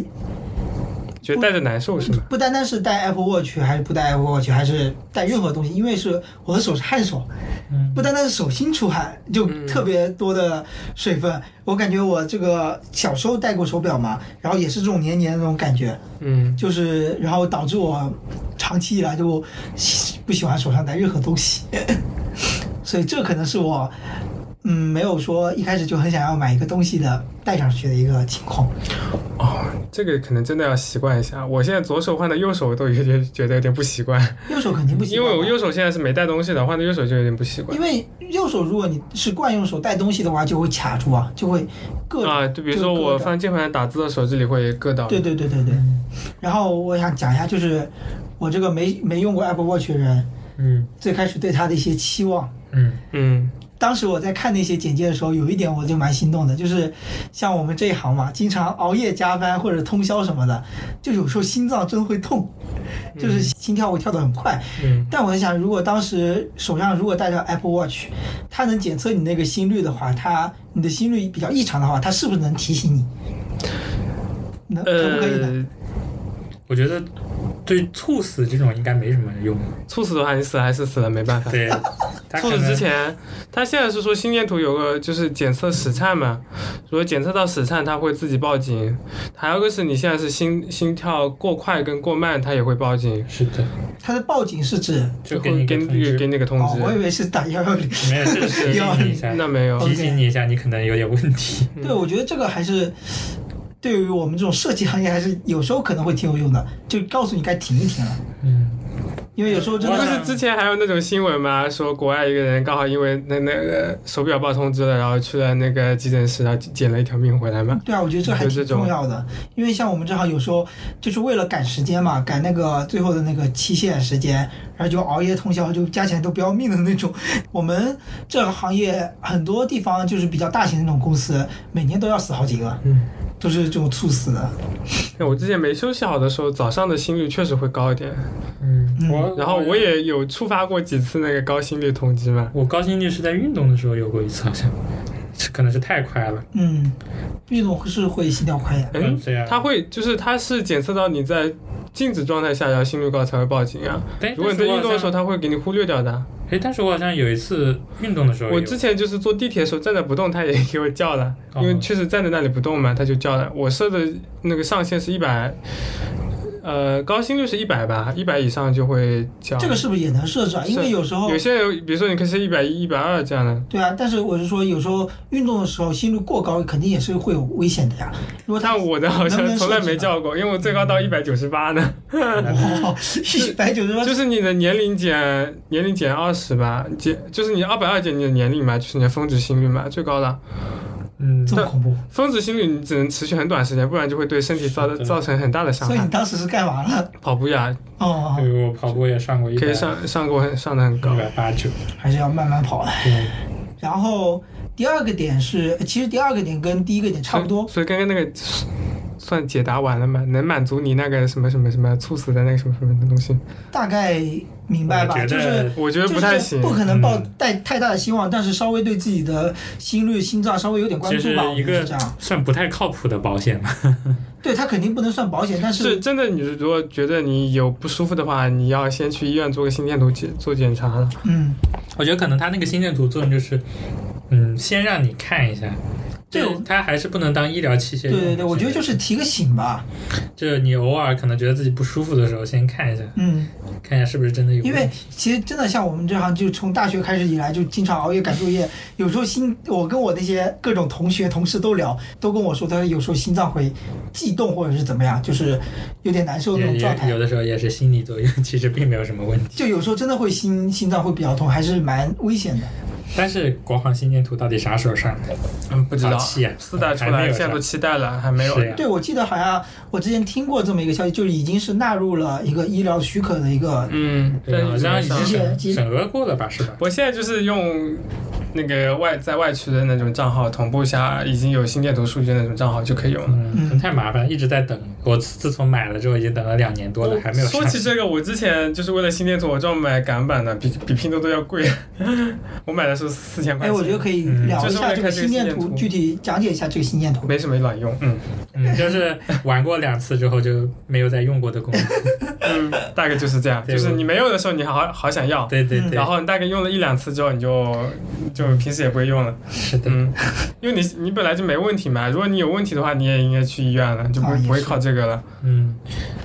觉得戴着难受是吗？不单单是戴 Apple Watch，还是不戴 Apple Watch，还是戴任何东西，因为是我的手是汗手，嗯不单单是手心出汗，就嗯特别多的水分。我感觉我这个小时候戴过手表嘛，然后也是这种黏黏的那种感觉，嗯，就是然后导致我长期以来就不喜欢手上戴任何东西， 所以这可能是我。嗯，没有说一开始就很想要买一个东西的戴上去的一个情况，哦，这个可能真的要习惯一下。我现在左手换的右手都有点觉得有点不习惯，右手肯定不啊行，因为我右手现在是没带东西的，换的右手就有点不习惯因。为右手如果你是惯用手带东西的话，就会卡住啊，就会硌着。啊，就比如就说硌我到翻键盘打字的时候，这里会硌到。对对对对对。然后我想讲一下，就是我这个没没用过 Apple Watch 的人，嗯最开始对它的一些期望。嗯嗯当时我在看那些简介的时候，有一点我就蛮心动的，就是像我们这一行嘛，经常熬夜加班或者通宵什么的，就有时候心脏真会痛，就是心跳会跳得很快。嗯但我在想，如果当时手上如果带着 Apple Watch，它能检测你那个心率的话，它你的心率比较异常的话，它是不是能提醒你？能可不可以呢？呃，我觉得对猝死这种应该没什么用。猝死的话，你死了还是死了，没办法。 对，他猝可死能之前，他现在是说心电图有个就是检测室颤嘛，如果检测到室颤，它会自己报警。还有一个是你现在是心心跳过快跟过慢，它也会报警，是的，它的报警是指就给会你给个通知你给你个呃通哦，我以知。为是打幺幺零。没有，这是提醒你一下，那没有，提醒你一下，你可能有点问题。嗯对，我觉得这个还是对于我们这种设计行业，还是有时候可能会挺有用的，就告诉你该停一停了，嗯，因为有时候真不的是之前还有那种新闻吗？说国外一个人刚好因为那那个手表报通知了，然后去了那个急诊室，然后捡了一条命回来嘛。对啊，我觉得这还就挺这种重要的，因为像我们这行有时候就是为了赶时间嘛，赶那个最后的那个期限时间，然后就熬夜通宵，就加起来都不要命的那种。我们这个行业很多地方就是比较大型的那种公司，每年都要死好几个，嗯，都是这种猝死的。那哎我之前没休息好的时候，早上的心率确实会高一点。嗯，嗯我然后我也有触发过几次那个高心率通知嘛。我高心率是在运动的时候有过一次，好像是可能是太快了。嗯，运动是会心跳快呀。嗯对啊，它会就是它是检测到你在静止状态下，然后心率高才会报警啊。哎但如果你在运动的时但是候，，它会给你忽略掉的。我啊好像哎，但是我好像有一次运动的时候有，我之前就是坐地铁的时候站着不动，它也 给我叫了，哦因为确实站在那里不动嘛，它就叫了。我设的那个上限是一百，呃，高心率是一百吧，一百以上就会叫。这个是不是也能设置啊？因为有时候有些人，比如说你可以是一百一、一百二这样的。对啊，但是我是说，有时候运动的时候心率过高，肯定也是会有危险的呀。如果他但我的好能不像能从来设置没呢叫过，因为我最高嗯到一百九十八呢。哇， 一百九十八就是你的年龄减年龄减二十吧，减就是你二百二减你的年龄嘛，就是你的峰值心率嘛，最高的嗯，这么恐怖，峰值心率你只能持续很短时间，不然就会对身体造是的造成很大的伤所以害你。当时是干嘛 了？跑步呀，哦，对我跑步也上过一可百以上上过很上的很高一。百八九，还是要慢慢跑啊。对，然后第二个点是，呃其实第二个点跟第一个点差不多。所以刚刚那个算解答完了吗？能满足你那个什么什么什么猝死的那个什么什么的东西？大概明白吧，我觉就得是我觉就得是不太行。不可能抱嗯带太大的希望，但是稍微对自己的心率、心脏稍微有点关其注实吧，我一觉得个是这样。算不太靠谱的保险吧。对他肯定不能算保险，但是真的，你如果觉得你有不舒服的话，你要先去医院做个心电图检做检查了。嗯，我觉得可能他那个心电图作用就是，嗯，先让你看一下，对就是它还是不能当医疗器械对用。对对，我觉得就是提个醒吧。就是你偶尔可能觉得自己不舒服的时候，先看一下，嗯。看一下是不是真的有因为问题。其实真的像我们这行，就从大学开始以来，就经常熬夜赶作业。有时候心，我跟我那些各种同学、同事都聊，都跟我说，他说有时候心脏会悸动，或者是怎么样，就是有点难受那也种状也态有。的时候也是心理作用， 其实并没有什么问题。就有时候真的会心心脏会比较痛，还是蛮危险的。但是国行心电图到底啥时候上？嗯，不知好道气啊，四代出还没来，有现在上都七代了，还没有。是呀对，我记得好像我之前听过这么一个消息，就是已经是纳入了一个医疗许可的一个，嗯，对，好像已经是审机审核过了吧，是吧？我现在就是用那个外在外区的那种账号同步下已经有心电图数据的那种账号就可以用了。嗯，太麻烦，一直在等。我自从买了之后，已经等了两年多哦了，还没有哦说上。起这个，我之前就是为了心电图，我专门买港版的，比比拼多多要贵。 我买的时候四千块哎，钱，我觉得可以嗯聊就一是为下了这看这个个心心电电图，图具体讲解一下这个心电图。没什么卵用。嗯嗯，就是玩过两次之后就没有再用过的功能。嗯，大概就是这样。对就是我你没有的时候，你好好想要，对对嗯对然，后你大概用了一两次之后，你就就平时也不会用了。是的。嗯，因为你你本来就没问题嘛，如果你有问题的话，你也应该去医院了，就不、啊也是不会靠这个了。嗯，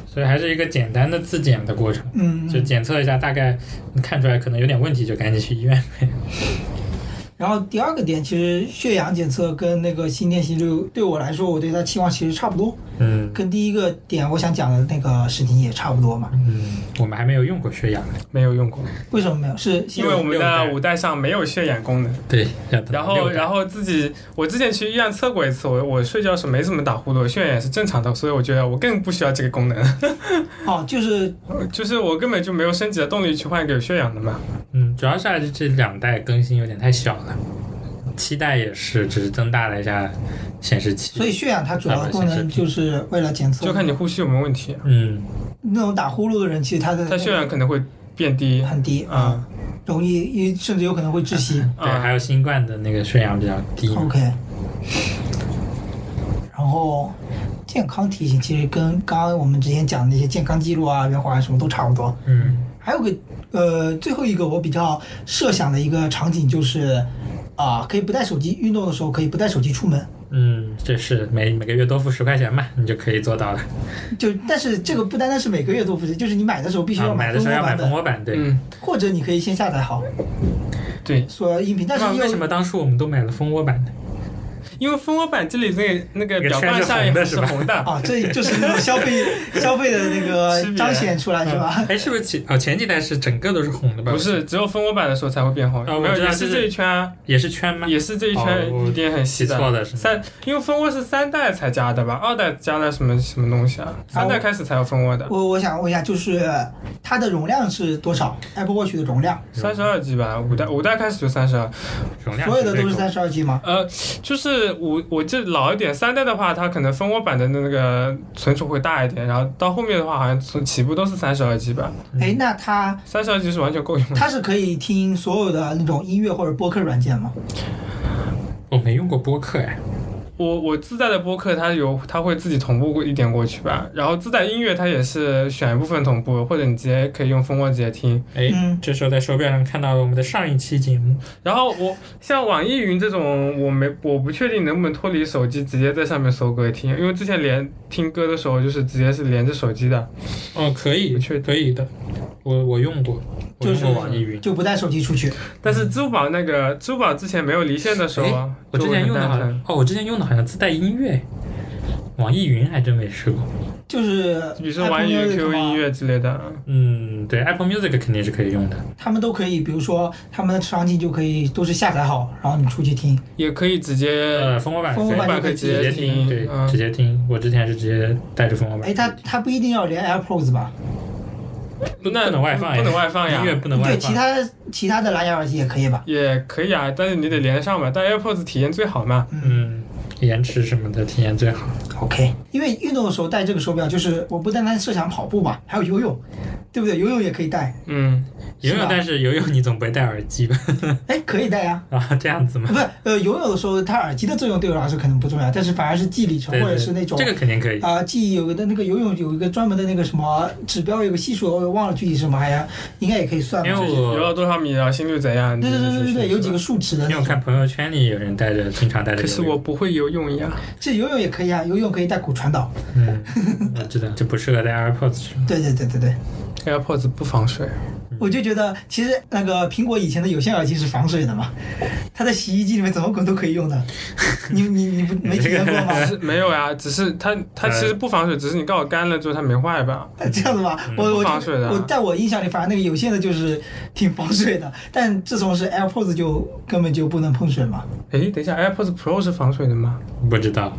所以还是一个简单的自检的过程，嗯，就检测一下，大概看出来可能有点问题，就赶紧去医院。然后第二个点，其实血氧检测跟那个心电心率对我来说，我对它期望其实差不多，嗯跟第一个点我想讲的那个事情也差不多嘛。嗯，我们还没有用过血氧呢。没有用过，为什么没有？是因为我们六代的五代上没有血氧功能。对，然后，然后后自己，我之前去医院测过一次，我我睡觉时没怎么打呼噜，血氧也是正常的，所以我觉得我更不需要这个功能， 哦，就是就是我根本就没有升级的动力去换一个有血氧的嘛。嗯，主要是还是这两代更新有点太小了，七代也是，只是增大了一下显示器。所以血氧它主要的功能就是为了检测，就看你呼吸有没有问题，嗯，那种打呼噜的人，其实他的它血氧可能会变低。很低嗯啊，容易因甚至有可能会窒 息。对，还有新冠的那个血氧比较低。 OK，然后健康提醒其实跟刚刚我们之前讲的那些健康记录啊、圆环啊什么都差不多。嗯还有个呃，最后一个我比较设想的一个场景就是，啊、可以不带手机运动的时候可以不带手机出门，嗯，这是每每个月多付十块钱嘛，你就可以做到了。 就但是这个不单单是每个月做付费，就是你买的时候必须啊，要买买的时候要买版蜂本，窝版，对。嗯，或者你可以先下载好对，所有音频，但是那为又什么当初我们都买了蜂窝版呢？因为蜂窝版这里那个那个那个表圈冠是上红也的是是吧红的，啊，这就是那种消费消费的那区个别彰显出来是 吧？哎，是不是前哦前几代是整个都是红的吧？ 不是只有蜂窝版的时候才会变啊红，啊我没有知道也就是是这一圈啊，也是圈吗？也是这一哦我圈一定很细记错了是吗三，因为蜂窝是三代才加的吧？二代加了什么什么东西啊？三代开始才有蜂窝的，我我想问一下，就是它的容量是多少？Apple Watch 的容量，三十二 G 吧，五代五代开始就三十二。容量所有的绝都对是够三十二 G 吗？呃，就是我我记得老一点，三代的话，它可能蜂窝版的那个存储会大一点，然后到后面的话，好像从起步都是三十二 G 吧，嗯哎，那它三十二 G 是完全够用的。它是可以听所有的那种音乐或者播客软件吗？我哦没用过播客哎，我我自带的播客，它有它会自己同步过一点过去吧，然后自带音乐它也是选一部分同步，或者你直接可以用蜂窝直接听。哎嗯这时候在手表上看到了我们的上一期节目，然后我像网易云这种，我没我不确定能不能脱离手机直接在上面搜歌听，因为之前连听歌的时候就是直接是连着手机的。哦，可以不确，定可以的，我我用过，我就用是过网易云，就不带手机出去。但是支付宝那个支付宝之前没有离线的时候啊，我之前就用会的很好蛋像疼。哦，我之前用的好像自带音乐，网易云还真没试过。就是比如说网易云 Apple Music QQ 嘛音乐之类的，啊嗯，对，Apple Music 肯定是可以用的。他们都可以，比如说他们的场景就可以都是下载好，然后你出去听。嗯也可以直接呃，蜂窝版蜂窝版可以就可以直接直接听对，嗯直接听。我之前是直接带着蜂窝啊版。哎，它它不一定要连 AirPods 吧？不不能外放呀，不能外放呀音乐不能外放。对，其他其他的蓝牙耳机也可以吧？也可以啊，但是你得连上嘛，但 AirPods 体验最好嘛。嗯，延迟什么的体验最好。 OK，因为运动的时候戴这个手表，就是我不单单设想跑步嘛，还有游泳，对不对？游泳也可以戴，嗯，游泳，是吧但是游泳你总不会戴耳机吧？ 哎，可以戴呀、啊，这样子啊。吗不？是，呃，游泳的时候，它耳机的作用对我来说可能不重要，但是反而是记里程对或者对，是那种这个肯定可以。啊、记有的那个游泳有一个专门的那个什么指标，有个系数，我忘了具体是什么，哎呀，应该也可以算吧。因为游到我多少米啊，心率怎样？对对对对对对，有几个数值的因为那我种。看朋友圈里有人带着，经常带着可游泳。是我不会游泳呀，这游泳也可以啊，游泳可以带骨传导。嗯，我知道，就不适合戴 AirPods 是吗。对对对对对， AirPods 不 防水。我就觉得其实那个苹果以前的有线耳机是防水的嘛，它在洗衣机里面怎么滚都可以用的。你你你 不没体验过吗？只是没有呀，只是它它其呃实不防水，只是你刚好干了之后它没坏吧？这样子吧，我我不防水的我在我印象里，反正那个有线的就是挺防水的，但自从是 AirPods 就根本就不能碰水嘛。诶，等一下，AirPods Pro 是防水的吗？不知道，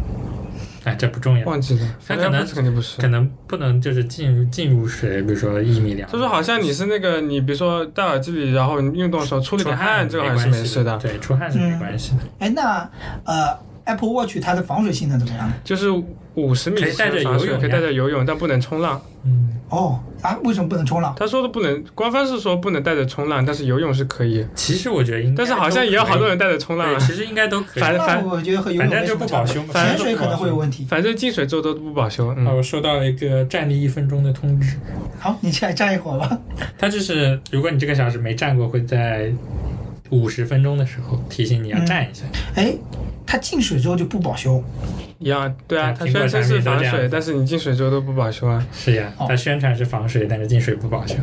哎，这不重要。忘记了，它可能 Apple 肯定不是可。能不能就是进入进入水，比如说一米两。他说好像你是那个，你比如说戴耳机里，然后你运动的时候出了出点汗汗，这个好像是没关系事的。对，出汗是没嗯关系的，哎，那呃，Apple Watch 它的防水性能怎么样呢？就是五十米可以带着游泳水可以带着游泳，但不能冲浪。嗯，哦啊，为什么不能冲浪？他说的不能，官方是说不能带着冲浪，但是游泳是可以。其实我觉得应该嗯都但可以，是好像也有好多人带着冲浪对，啊，其实应该都可以。反那反我觉得和游泳反正没就什么不差保别修嘛反潜正水可能会有问题。反正进水之后都不保修。啊，嗯，我收到了一个站立一分钟的通知，好，你起来站一会儿吧。它就是如果你这个小时没站过，会在五十分钟的时候提醒你要站一下。嗯哎，它进水之后就不保修。一样。对啊，对它虽苹果然说产品是都防这样水子，但是你进水之后都不保修啊。是呀，哦它宣传是防水，但是进水不保修。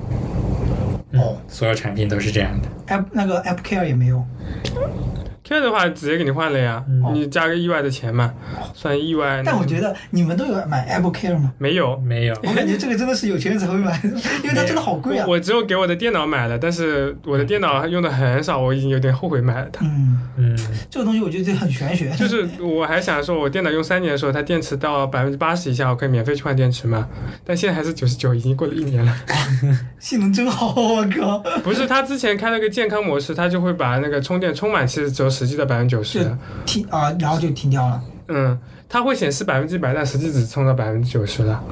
哦嗯，所有产品都是这样的。 App 那个 App Care 也没有。 K 的话直接给你换了呀，嗯哦你加个意外的钱嘛，算意外。哦但我得觉得嗯你们都有买 Apple Care 吗？没有，没 有，我感觉这个真的是有钱人才会买，因为它真的好贵啊。我只有给我的电脑买了，但是我的电脑用的很少，我已经有点后悔买了它。嗯，嗯，这个东西我觉得很玄学。就是我还想说，我电脑用三年的时候，它电池到百分之八十以下，我可以免费去换电池嘛？但现在还是九十九，已经过了一年了。 性能真好，我靠！不是，它之前开了个健康模式，它就会把那个充电充满，其实只有实际的百分之九就十。停啊，然后就停掉了。嗯，它会显示百分之百，但实际只充到百分之九十了。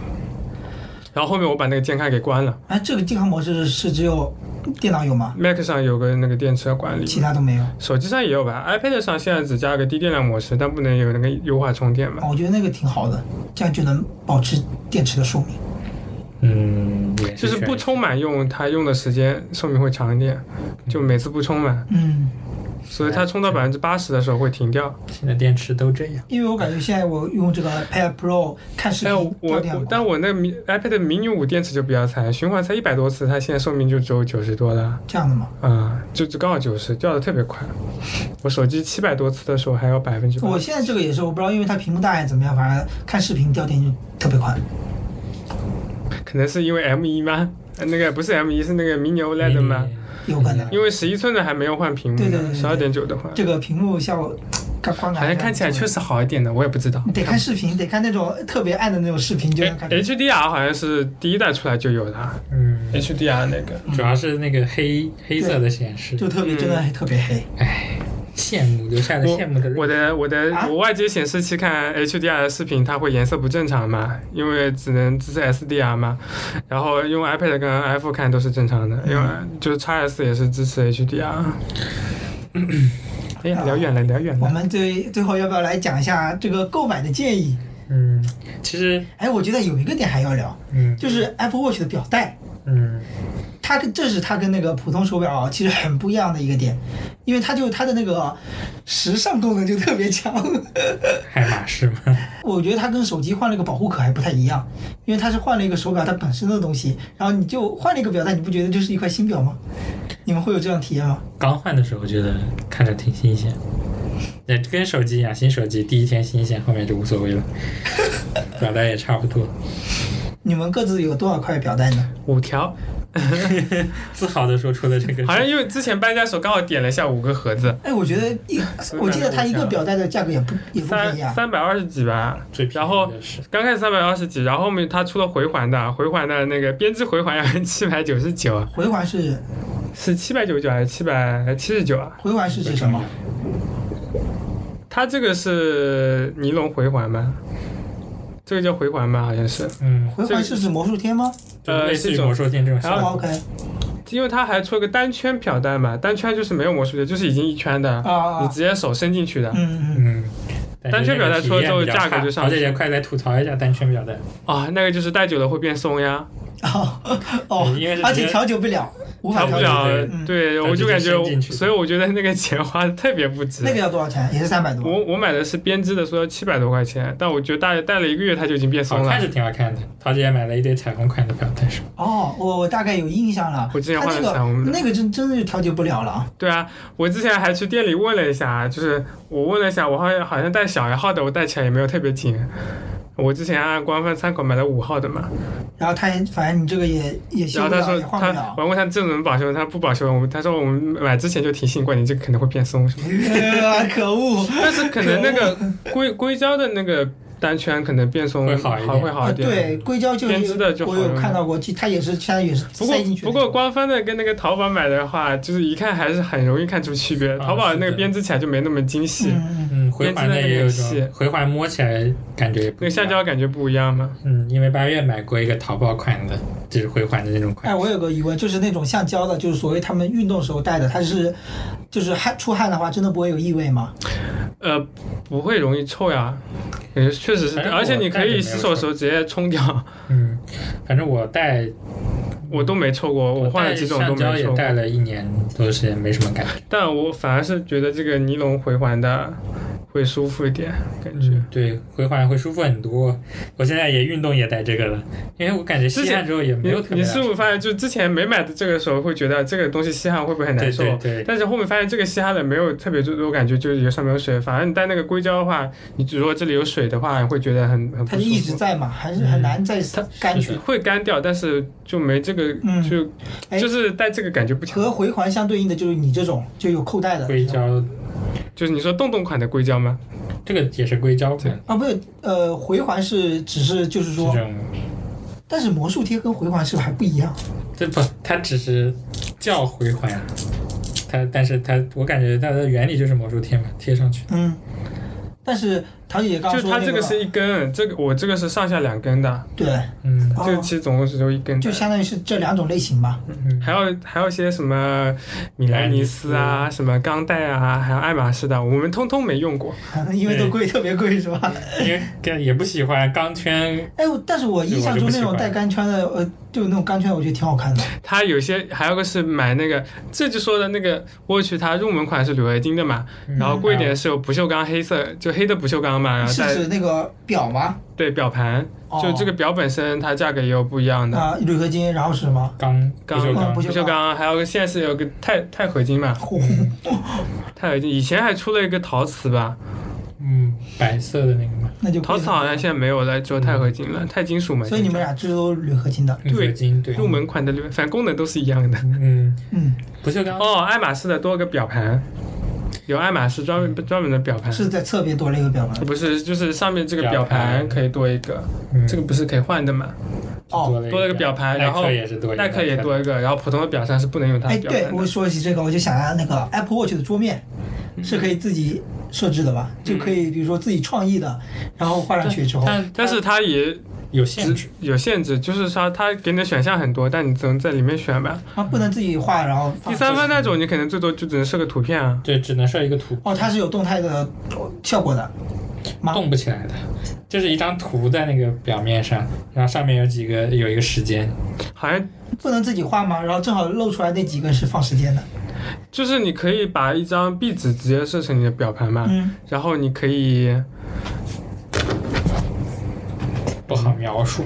然后后面我把那个健康给关了哎，这个健康模式是只有电脑有吗？ ，Mac 上有个那个电池管理，其他都没有。手机上也有吧，iPad 上现在只加了个低电量模式，但不能有那个优化充电嘛。我觉得那个挺好的，这样就能保持电池的寿命。嗯，也就是选不充满用，它用的时间寿命会长一点，就每次不充满，嗯，所以它充到百分之八十的时候会停掉。新的电池都这样。因为我感觉现在我用这个 Pad Pro 看视哎，频掉我我电了。但我那迷 iPad mini 五电池就比较惨，循环才一百多次，它现在寿命就只有九十多了，啊、这样的嘛，就就刚好九十，掉的特别快。我手机七百多次的时候还有百分之八我，现在这个也是，我不知道因为它屏幕大还是怎么样，反正看视频掉电就特别快。可能是因为 M 1吗？呃那个不是 M 1是那个 mini OLED 吗？有可能因为十一寸的还没有换屏幕对对对呢，对十二点九的话，这个屏幕效果，观观感好像看起来确实好一点的，我也不知道。你得看视频，得看那种特别暗的那种视频就哎能看出来。 HDR 好像是第一代出来就有的啊嗯， ，HDR 那个主要是那个黑黑色的显示，就特嗯别真的还特别黑，羡慕留下的羡慕的我的我的啊我外接显示器看 HDR 的视频，它会颜色不正常嘛，因为只能支持 SDR 嘛。然后用 iPad 跟 iPhone 看都是正常嗯的，因为就是 x S 也是支持 HDR。哎呀，聊远了，聊远我了。们最最后要不要来讲一下这个购买的建议？嗯，其实哎，我觉得有一个点还要聊，嗯就是 Apple Watch 的表带，嗯它跟这是它跟那个普通手表啊其实很不一样的一个点，因为它就它的那个时尚功能就特别强。 爱马仕嘛，我觉得它跟手机换了一个保护壳还不太一样，因为它是换了一个手表它本身的东西，然后你就换了一个表带，你不觉得就是一块新表吗？你们会有这样体验吗？ 刚换的时候觉得看着挺新鲜，也跟手机一样，新手机第一天新鲜，后面就无所 谓了，表带也差不多。 你们各自有多少块表带呢？五条，自豪的说出了这个，好像因为之前搬家的时候刚好点了一下五个盒子，哎，我觉得一，我记得它一个表带的价格也不也不三便宜啊。三百二十几吧。最便宜的然后是刚开始三百二十几，然后后面它出了回环的，回环的那个编织回环要 七百九十九，啊回环是是七百九十九还是七百七十九啊？回环是指什么？它这个是尼龙回环吗？这个叫回环吗？好像是，嗯，回环是指魔术贴吗？呃就类似于魔兽店这种效这哦果， ，OK，因为它还出了个单圈表带嘛，单圈就是没有魔术贴，就是已经一圈的，啊你直接手伸进去的。嗯嗯，嗯。单圈表带出了之后价格就上而去了且也快来吐槽一下单圈表带，啊，那个就是戴久了会变松呀，嗯 哦哦因为是，而且调久不了，无法调不调久久。了对。嗯对，它我直就接感觉伸进，去所以我觉得那个钱花的特别不值。那个要多少钱？也是三百多。我我买的是编织的，说要七百多块钱，但我觉得戴戴了一个月它就已经变松好了哦看。是挺好看的，桃姐也买了一堆彩虹款的表带是吧？哦，我我大概有印象了。我之前它换那了彩虹个的那个真真的就调节不了了啊。对啊，我之前还去店里问了一下，就是我问了一下，我好像好像戴小一号的，我戴起来也没有特别紧。我之前按官方参考买了五号的嘛，然后他也反正你这个也也然修后不他了，说也换不他了。我问他这怎么保修，他不保修，我们他说我们买之前就提醒过你，这个可能会变松什么的， 呃可恶！但是可能那个硅硅胶的那个单圈可能变松会好一点会好一点。呃啊对，硅胶就啊编织的就有好我用有看到过，其它也是现在也是不过塞进去的。不过官方的跟那个淘宝买的话，就是一看还是很容易看出区别。啊淘宝是的那个编织起来就没那么精细，嗯，嗯嗯，回环的也有一编织的那个种，回环摸起来感觉也不那个一橡样胶感觉不一样嘛。嗯，因为八月买过一个淘宝款的，就是回环的那种款哎，。我有个疑问，就是那种橡胶的，就是所谓他们运动时候戴的，它是就是汗出汗的话，真的不会有异味吗？呃，不会容易臭呀，感觉确实是，反正而且我你可戴着没以有洗手的时候直接冲掉，嗯，反正我带我都没臭过，我换了带几种橡都胶没也臭过，带了一年多时间，没什么感觉。但我反而是觉得这个尼龙回环的会舒服一点，感觉。嗯，对，回环会舒服很多。我现在也运动也带这个了，因为我感觉之吸前汗之后也没你有特别你大是的否发现，就之前没买的这个时候会觉得这个东西吸汗会不会很难对受？对对，但是后面发现这个吸汗的没有特别多，我感觉就是有上面有水，反而你戴那个硅胶的话，你如果这里有水的话，会觉得很很不它舒就服。一直在嘛，还是很难再干是去的。会干掉，但是就没这个，嗯就哎就是戴这个感觉不强。和回环相对应的就是你这种就有扣带的硅胶就是你说洞洞款的硅胶吗？这个也是硅胶款，啊，不是呃，回环是只是就是这说，种但是魔术贴跟回环是不是还不一样？这不，它只是叫回环，它但是它我感觉它的原理就是魔术贴嘛，贴上去。嗯，但是唐姐刚就刚是说它那这个是一根，这个我这个是上下两根的，对，嗯，这哦个其实总共只有一根的就相当于是这两种类型吧。 嗯还有还有些什么米兰尼斯啊，什么钢带啊，还有爱马仕的，我们通通没用过。因为都对贵，特别贵是吧？因为跟也不喜欢钢圈，哎，我但是我印象中那我就不喜种欢带钢圈的，呃，就那种钢圈，我觉得挺好看的。它有些还有个是买那个，这就说的那个 watch，它入门款是铝合金的嘛，嗯然后贵一点是有不锈钢黑色，就黑的不锈钢嘛，然后是啊带指那个表吗？对表盘，哦就这个表本身它价格也有不一样的。啊，铝合金，然后是什么？钢钢不锈嗯钢不不锈钢锈钢，啊还有个现在是有个钛钛合金嘛，嚯，钛合金以前还出了一个陶瓷吧，嗯，白色的那个嘛， 那就贵陶了瓷好啊像现在没有了，只有钛合金了，钛金属嘛。嗯所以你们现俩这都是铝合金的。铝合金对在入，门款的铝，反正功能都是一样的。嗯，嗯，不锈钢哦，爱马仕的多个表盘，有爱马仕专门专门的表盘，嗯是在侧边多了一个表吗？不是就是上面这个表表盘盘可以多一个，嗯这个不是可以换的嘛？哦，了多了一一个表盘然后耐克也是多一个，耐克也多一个，然后普通的表上是不能用它哎，的表对，盘我的。说起这个，我就想到那个 Apple Watch 的桌面嗯是可以自己设置的吧？就可以比如说自己创意的，然后画上去之后，但但是它也有限制只，有限制，就是说它给你的选项很多，但你只能在里面选吧。啊，不能自己画，然后放第三方那种你可能最多就只能设个图片啊。对，只能设一个图，哦，它是有动态的效果的吗？动不起来的，就是一张图在那个表面上，然后上面有几个有一个时间，好像不能自己画吗？然后正好露出来那几个是放时间的。啊就是你可以把一张壁纸直接设成你的表盘嘛，嗯，然后你可以，不嗯好描述。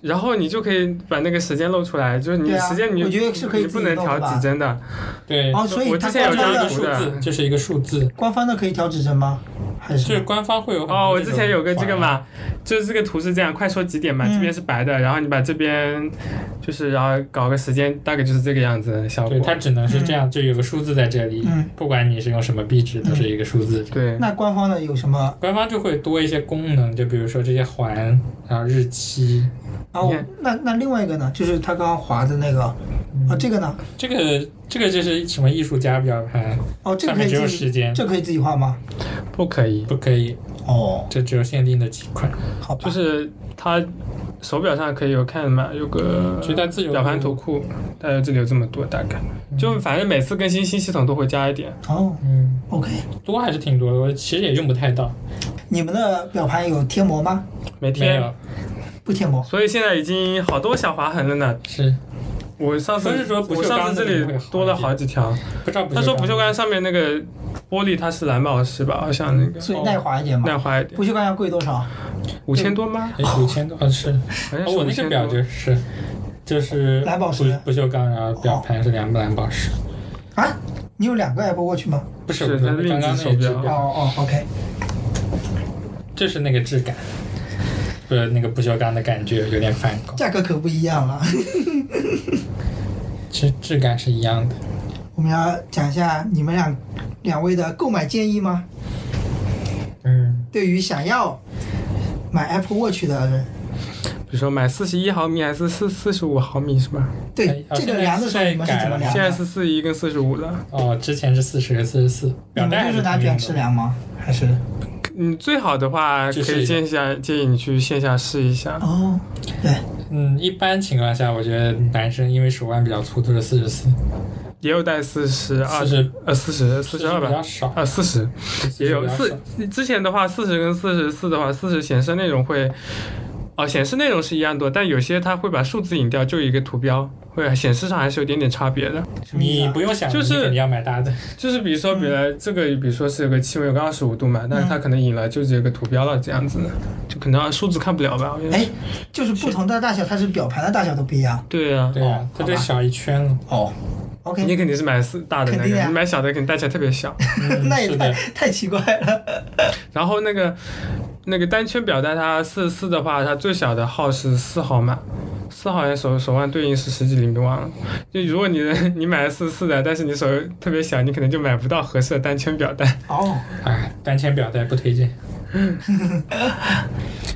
然后你就可以把那个时间露出来，就是你对啊时间你我觉得是可以你不自己能弄的调吧指针的，对，哦，所以我它之前有官这方是一张个的图数的字，这是一个数字，官方的可以调指针吗？还就是是官方会有很多哦，我这之种前有个这个款嘛，就是这个图是这样，快说几点嘛，嗯这边是白的，然后你把这边就是然后搞个时间，大概就是这个样子的效对，它果。只能是这样，就有个数字在这里，嗯不管你是用什么壁纸，都嗯是一个数字。对，那官方的有什么官方就会多一些功能，就比如说这些环，然后日期，啊？我你看那那另外一个呢？就是他刚刚划的那个嗯啊，这个呢？这个这个就是什么艺术家表盘，哦，这个上可以面只自有己时，间，这可以自己画吗？不可以，不可以，哦，这只有限定的几款，好吧，就是它手表上可以有看嘛，有个就嗯它自由表盘图库，大概这里有这么多，大概就反正每次更新新系统都会加一点。哦嗯， ，OK，多还是挺多的，我其实也用不太到，你们的表盘有贴膜吗？每没天，有，不贴膜，所以现在已经好多小划痕了呢。是我上次不是说不锈我上次钢的这会里好多了一点好几条。不知道不他说不锈锈钢上面那个玻璃它是蓝宝石吧，好像那个所以耐滑一点嘛。耐滑一点，不锈钢要贵多少？五千多吗？哎五千多，哦是，好像哦我是五那个千表多。就是就是蓝宝石不不锈钢，然后表盘是蓝蓝宝石，啊？你有两个 Apple Watch 吗？不是是我说它是另一刚刚只那手只表哦表，哦，OK，这是那个质感。和那个不锈钢的感觉有点反感，价格可不一样了。 质质感是一样的。我们要讲一下你们两两位的购买建议吗？嗯，对于想要买 Apple Watch 的人，比如说买四十一毫米还是四四十五毫米是吧？对哎这个量的时候你们是怎么量现在的？是四十一跟四十五了。哦，之前是四十和四十四，你表们带还就是拿同样卷的尺。量吗？还是？嗯，最好的话可去以试线下建议你去线下试一下。哦，对，嗯，一般情况下，我觉得男生因为手腕比较粗，都是四十四，也有带四十二40呃四十四十二比较吧，少，啊四十也40有比较少四。之前的话四十跟四十四的话，四十显示内容会，哦、显示内容是一样多，但有些它会把数字隐掉，就一个图标，会显示上还是有点点差别的。什么意思你啊不用想，就是你肯定要买大的。就是比如说，嗯本来这个比如说是有个气温有个二十五度嘛，但是它可能隐了就只有个图标了这样子的，就可能啊数字看不了吧。我觉得哎，就是不同的大小，它是表盘的大小都不一样。对啊，对啊哦，它就好吧小一圈了。哦你，OK，肯定是买四大的那肯定个，啊你买小的肯定戴起来特别小。嗯那也是太的，太奇怪了。然后那个那个单圈表带，它四四的话，它最小的号是四号码，四号像手手腕对应是十几厘米，忘了。就如果你的你买了四四的，但是你手特别小，你可能就买不到合适的单圈表带。哦，哎，单圈表带不推 荐。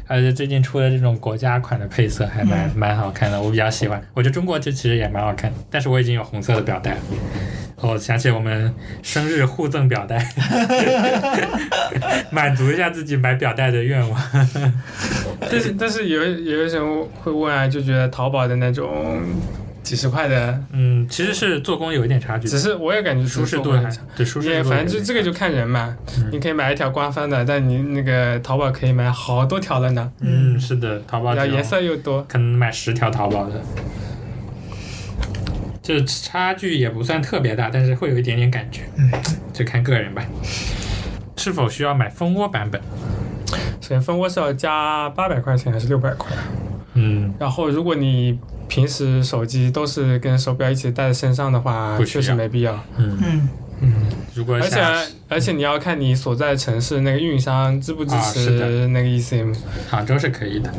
而且最近出的这种国家款的配色还嗯蛮、蛮好看的，我比较喜欢。我觉得中国这其实也蛮好看，但是我已经有红色的表带了。哦，想起我们生日互赠表带， 满足一下自己买表带的愿望。但是但是有有一些人会问啊，就觉得淘宝的那种几十块的，嗯，其实是做工有一点差距，只是我也感觉舒适度很还强。对舒适也度。反正就这个就看人嘛，嗯你可以买一条官方的，但你那个淘宝可以买好多条了呢，嗯，是的，淘宝然后只有颜色又多。可能买十条淘宝的，这差距也不算特别大，但是会有一点点感觉，嗯就看个人吧。是否需要买蜂窝版本？首先蜂窝是要加八百块钱还是六百块？嗯，然后，如果你平时手机都是跟手表一起带在身上的话，不需确要实没必要。嗯，如果而且想而且你要看你所在城市那个运营商支不支啊是的持那个 E eSIM，、杭州是可以的，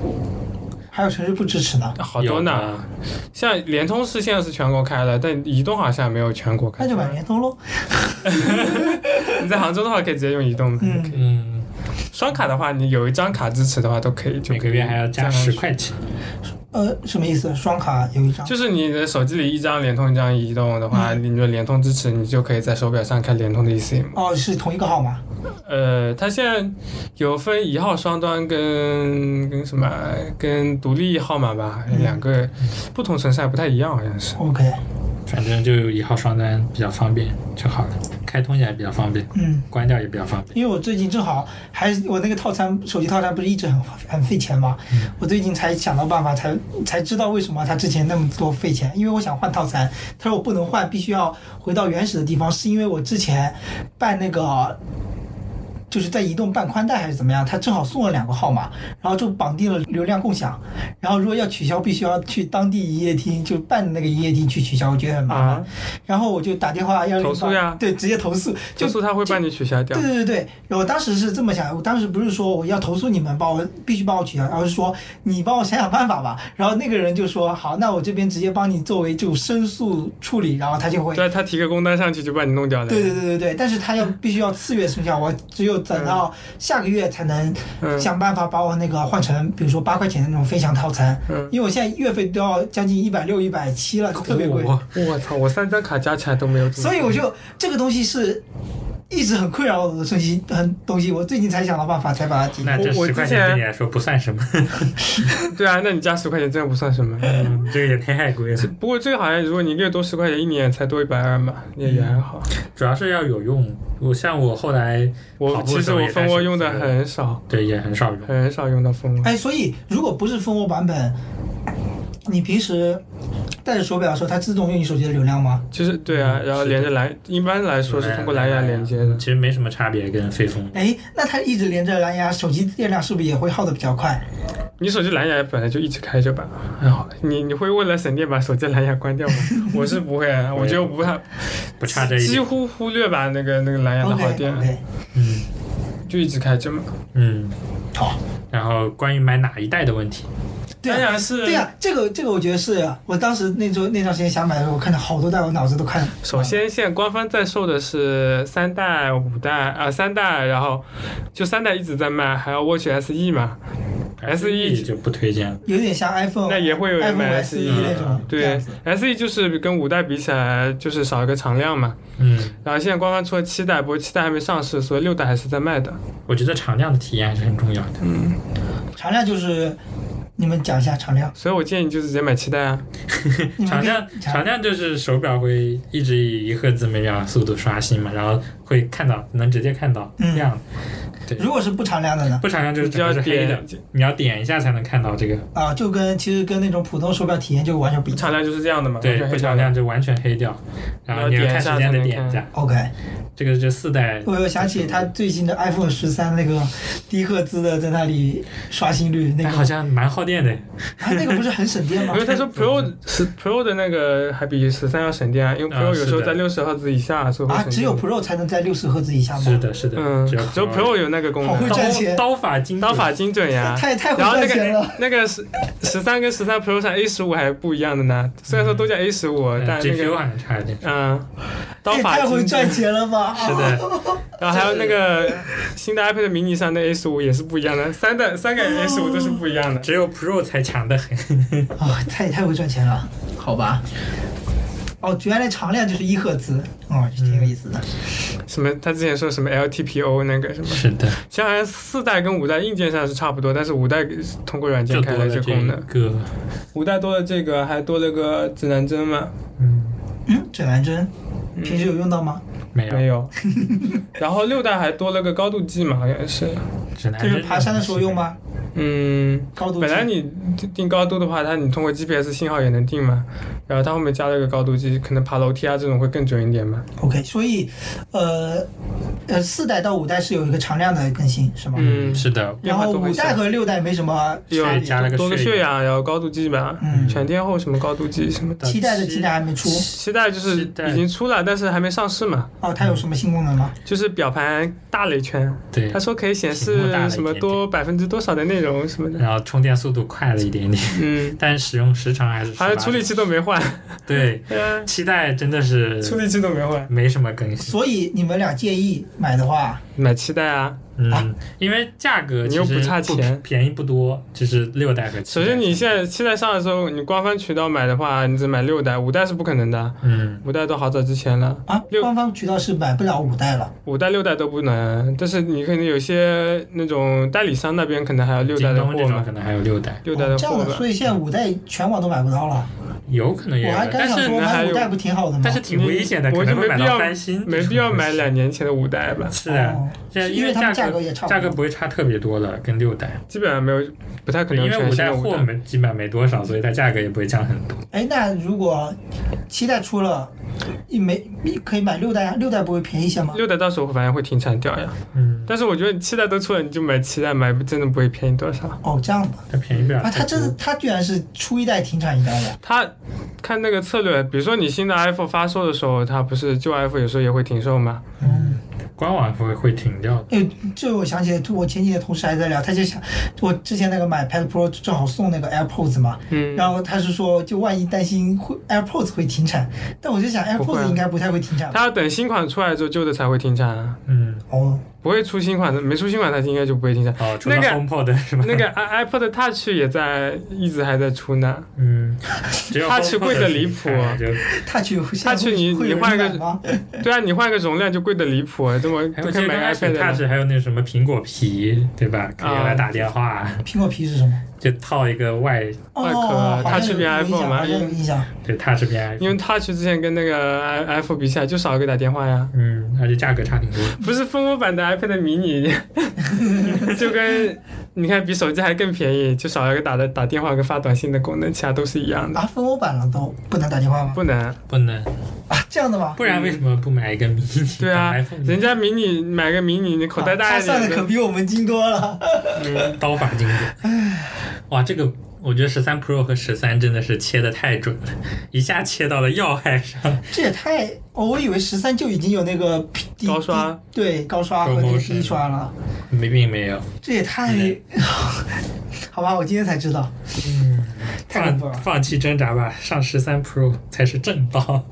还有城市不支持呢，好多呢。呢。像联通是现在是全国开了，但移动好像没有全国开。那就买联通喽。你在杭州的话可以直接用移动的，嗯可以嗯，双卡的话，你有一张卡支持的话都可以，就每个月还要加十块。块钱。呃，什么意思？双卡有一张。就是你的手机里一张联通一张移动的话，你的联通支持，你就可以在手表上开联通的 eSIM。哦，是同一个号码。呃，它现在有分一号双端跟跟什么跟独立号码吧，两个不同城市还不太一样，好像是。 OK，反正就一号双单比较方便就好了，开通起来比较方便，嗯。关掉也比较方便。因为我最近正好还是我那个套餐手机套餐不是一直很很费钱吗？嗯我最近才想到办法，才才知道为什么它之前那么多费钱。因为我想换套餐，他说我不能换，必须要回到原始的地方，是因为我之前办那个。就是在移动办宽带还是怎么样，他正好送了两个号码，然后就绑定了流量共享，然后如果要取消，必须要去当地营业厅，就办的那个营业厅去取消，我觉得很麻烦。啊然后我就打电话要投诉呀对，直接投诉，就就是它会帮你取消掉对。对对对，我当时是这么想，我当时不是说我要投诉你们，把我必须帮我取消，而是说你帮我想想办法吧。然后那个人就说好，那我这边直接帮你作为就申诉处理，然后他就会。对，它提个工单上去就把你弄掉了。对对对对对，但是他要必须要次月生效，我只有等到下个月才能嗯想办法把我那个换成，比如说八块钱的那种飞翔套餐，嗯，因为我现在月费都要将近一百六、一百七了，特别贵。我我操，我三张卡加起来都没有这么多。所以我就这个东西是一直很困扰我的东西，很东西，我最近才想到办法才把它解决。那这我我十块之钱前对你来说不算什么， 对啊，那你加十块钱真的不算什么。嗯这个也太贵了。不过这个好像，如果你月多十块钱，一年才多一百二嘛，也也还好。主要是要有用。我像我后来跑我步其的时实候我也带蜂窝手用的机很少，对，也很少用。很少用到蜂窝。哎，所以如果不是蜂窝版本，你平时戴着手表的时候，它自动用你手机的流量吗？就是对啊，然后连着蓝，一般来说是通过蓝牙连接的其。实没什么差别，跟飞风。哎，那它一直连着蓝牙，手机电量是不是也会耗的比较快？你手机蓝牙本来就一直开着吧？还好，你你会为了省电把手机蓝牙关掉吗？ 我是不会，啊，我就不太不差这一几点。乎忽略吧那个那个蓝牙的耗 OK 电， OK，嗯就一直开着嘛。嗯，套。然后关于买哪一代的问题，对啊当然是对呀、这个这个我觉得是我当时那周那段时间想买的时候，我看到好多代，我脑子都快。首先，现在官方在售的是三代、五代啊、呃三代，然后就三代一直在卖，还有 Watch SE 嘛 E SE E 就不推荐了。有点像 iPhone，那也会有人 iPhone 买 SE SE 那种嗯。这对样子，SE 就是跟五代比起来，就是少一个常量嘛。嗯，然后现在官方出了七代，不过七代还没上市，所以六代还是在卖的。我觉得常量的体验还是很重要 的。常量就是，你们讲一下常量。所以我建议你就直接买七代啊。你们常可以量常量就是手表会一直以一赫兹每秒速度刷新嘛，然后会看到能直接看到嗯亮。对如果是不常量的呢？不常亮就是你只要整个是黑的点，你要点一下才能看到这个。啊，就跟其实跟那种普通手表体验就完全不一样。常量就是这样的嘛，对，完全不黑常常亮就完全黑掉，然后你要看时间得点一下。 OK，这个是四代，我又想起他最近的 iPhone 十三那个低赫兹的在那里刷新率，那哎，个好像蛮耗电的。 啊那个不是很省电吗啊因为？他 说 Pro 十 Pro 的那个还比十三要省电啊，因为啊 Pro 有时是候的在六十赫兹以下，所以会啊，省只有电 Pro 才能在六十赫兹以下吗？是的，是的，嗯，只有有 Pro 有那个功好会能，赚钱刀刀法精刀准法精准呀。哎 太太会然后那赚钱了个。那个十十三跟十三 Pro 上 A 十五还不一样的呢，虽然说都叫 A 十哎五，但那 GPU 个好像差一点。嗯，刀也法哎太会精赚准。钱了 吧？是啊， 的，然后还有那个新的 iPad mini 上的 A 十五也是不一样的，三代三个 A 哦十五都是不一样的。只有 Pro 才强 的很。啊，太太会赚钱了，好吧？哦，原来常量就是一赫兹，哦，挺有意思的。什么？他之前说什么 LTPO 那个什么？是的，其实好像四代跟五代硬件上是差不多，但是五代通过软件就开多了了这这功能。个，五代多了这个，还多了个指南针嘛？嗯，嗯，指南针嗯平时有用到吗？没有没，有。然后六代还多了个高度计嘛，好像是。指南就针是爬山的时候用？吗？嗯，高度计本来你定高度的话，它你通过 GPS 信号也能定嘛。然后它后面加了个高度计，可能爬楼梯啊这种会更准一点嘛。 OK，所以，呃，呃，四代到五代是有一个常量的更新，是吗？嗯，是的，然后变化都五很代小和六代没什么有差还别。加了个多个血血氧，氧，然后高度计吧，嗯全天候什么高度计什么的。七代的七代还没出期待就是期待已经出了，但是还没上市嘛。哦，它有什么新功能吗？就是表盘大了一圈，对他，说可以显嗯屏幕大示了一点什么多百分之多少的内容什么的。然后充电速度快了一点点，嗯，但使用时长还是好像18处理器都没 换，对，对啊，期待真的是处理器都没换，没什么更新。所以你们俩建议买的话，买七代啊。嗯，因为价格你其又实不差钱便宜不多，就是六代和七首代。先你现在七代上的时候，你官方渠道买的话，你只买六代，五代是不可能的，嗯，五代都好早之前了，啊，六官方渠道是买不了五代了。五代六代都不能。但是你可能有些那种代理商那边可能还有六代京的东这货种嘛可，能还有六代，六代的哦这样货的，吧所。以现在五代全网都买不到了。有可能也我有，还刚但想是说那还买有五代不挺好的吗？但是挺危险的，我可就能会没买必到要翻新，没必要买两年前的五代吧，是啊哦，现在因为为他们价价格也差不多价格不会差特别多了，跟六代，基本上没有，不太可能因有为五全新代的五货代。没基本没多少，所以它价格也不会降很多。哎，那如果七代出了，一没可以买六代啊？六代不会便宜一些吗？六代到时候反正会停产掉呀，嗯，但是我觉得你七代都出了，你就买七代，买真的不会便宜多少。哦，这样的它便宜不了啊，太它多这是它居然是出一代停产一代的。它看那个策略，比如说你新的 iPhone 发售的时候，它不是旧 iPhone 有时候也会停售吗？嗯，官网会会停掉的。哎，这我想起来，我前几天同事还在聊，他就想，我之前那个买 Pad Pro 正好送那个 AirPods 嘛，嗯，然后他是说，就万一担心会 AirPods 会停产，但我就想不会 AirPods 啊应该不太会停产吧。它要等新款出来之后，旧的才会停产啊，嗯，哦，不会出新款的，没出新款它应该就不会停产。哦，除了那个 HomePod 是吧？那个 i iPod Touch 也在一直还在出呢嗯，只有它吃 HomePod 贵得离谱啊就他去，它去你会有你换一个人买吗？ 对啊，你换个容量就贵得离谱，啊这么还都有可以这个买 iPhone iPad 了。 Touch，还有那什么苹果皮，对吧？可以用来打电话，苹果皮是什么？就套一个外哦外壳，啊好像它去有变印象 iPhone 吗好像有印象。对 Touch 边因 iPhone。为 Touch 之前跟那个 i iPhone 比起来，就少一个打电话呀。嗯，而且价格差挺多。不是蜂窝版的 iPad mini，就跟你看比手机还更便宜，就少了个打的打电话跟发短信的功能，其他都是一样的。啊，蜂窝版了都不能打电话吗？不能，不能，啊，这样的吗？不然为什么不买一个迷你版对啊 iPhone？，人家迷你买个迷你，你口袋啊大他一算点的可的，比我们精多了。刀法精准。哇，这个我觉得十三 Pro 和十三真的是切的太准了，一下切到了要害上。这也太……哦，我以为十三就已经有那个低高刷低对高刷和 Promotion 低刷了，没并没有，这也太…… 好吧，我今天才知道，太恐怖放了，放弃挣扎吧，上十三 Pro 才是正道。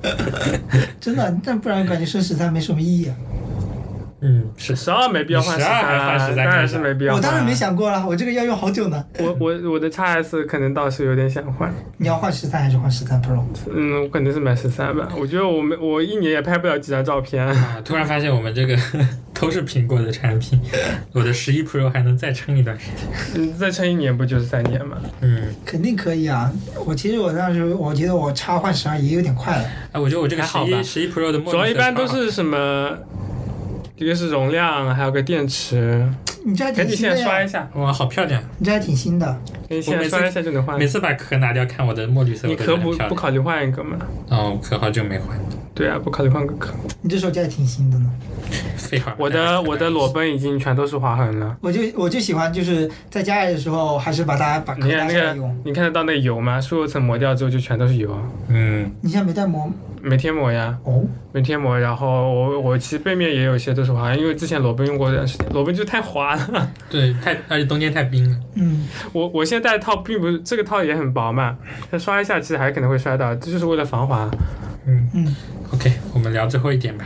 真的，但不然感觉升十三没什么意义啊。嗯，是十二没必要换你十12还换三，啊13当然是没必要。我当然没，想过了，我这个要用好久呢。我我我的 x S 可能倒是有点想换，你要换十三还是换十三 Pro？嗯，我肯定是买十三吧。我觉得我没我一年也拍不了几张照片。啊！突然发现我们这个 都是苹果的产品，我的十一 Pro 还能再撑一段时间。你嗯再撑一年不就是三年吗？嗯，肯定可以啊！我其实我当时我觉得我叉换十二也有点快了，哎、我觉得我这个还十好吧一十一 Pro 的墨主要绿一色般都超好是什么，一个是容量，还有个电池。你这还赶挺紧新现的在刷一呀，下，哇，好漂亮！你这还挺新的。赶紧现在刷一下就能换每。次把壳拿掉，看我的墨绿色，你我都壳觉得不很漂亮不考虑换一个吗？哦，壳好久没换，对啊，不考虑换个壳。你这手机还挺新的呢，废话。哎我的我的裸奔已经全都是划痕了。我就我就喜欢就是在家里的时候，还是把它把啊壳你看拿那下来个用。，你看得到那个油吗？酥油层磨掉之后就全都是油， 嗯，你现在没带膜每天磨呀，哦？每天磨。然后我我其实背面也有一些都是划痕，因为之前裸奔用过一段时间，裸奔就太滑了。对，太而且冬天太冰了。嗯，我我现在戴的套并不是这个套也很薄嘛，它刷一下其实还可能会摔到，这就是为了防滑。嗯嗯，OK，我们聊最后一点吧，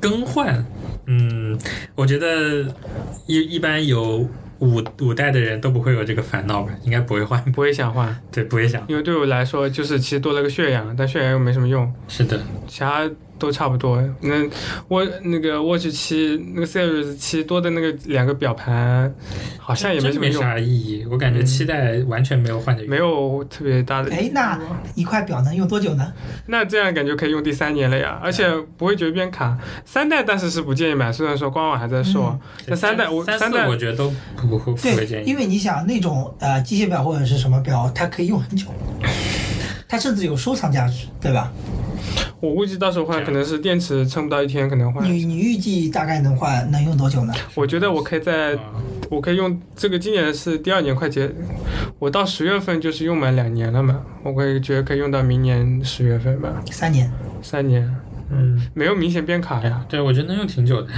更换。嗯，我觉得一一般有五五代的人都不会有这个烦恼吧，应该不会换，不会想换，对，不会想。因为对我来说就是其实多了个血氧，但血氧又没什么用。是的，其他都差不多。那我那个 Watch 七，那个 Series 七多的那个两个表盘，好像也没真什么没用，嗯啥意义。我感觉期待完全没有换的没用。有特别大的。哎，那一块表能用多久呢？那这样感觉可以用第三年了呀，而且不会觉得变卡。三代但是是不建议买，虽然说官网还在说，那三代我嗯三三四代我觉得都不不会不会对建，议因。为你想那种呃机械表或者是什么表，它可以用很久，它甚至有收藏价值，对吧？我估计到时候换可能是电池撑不到一天，可能换。你你预计大概能换能用多久呢？我觉得我可以在，啊我可以用这个今年是第二年快结，我到十月份就是用满两年了嘛，我可以觉得可以用到明年十月份吧，三年。三年。嗯，没有明显变卡呀。对，我觉得能用挺久的。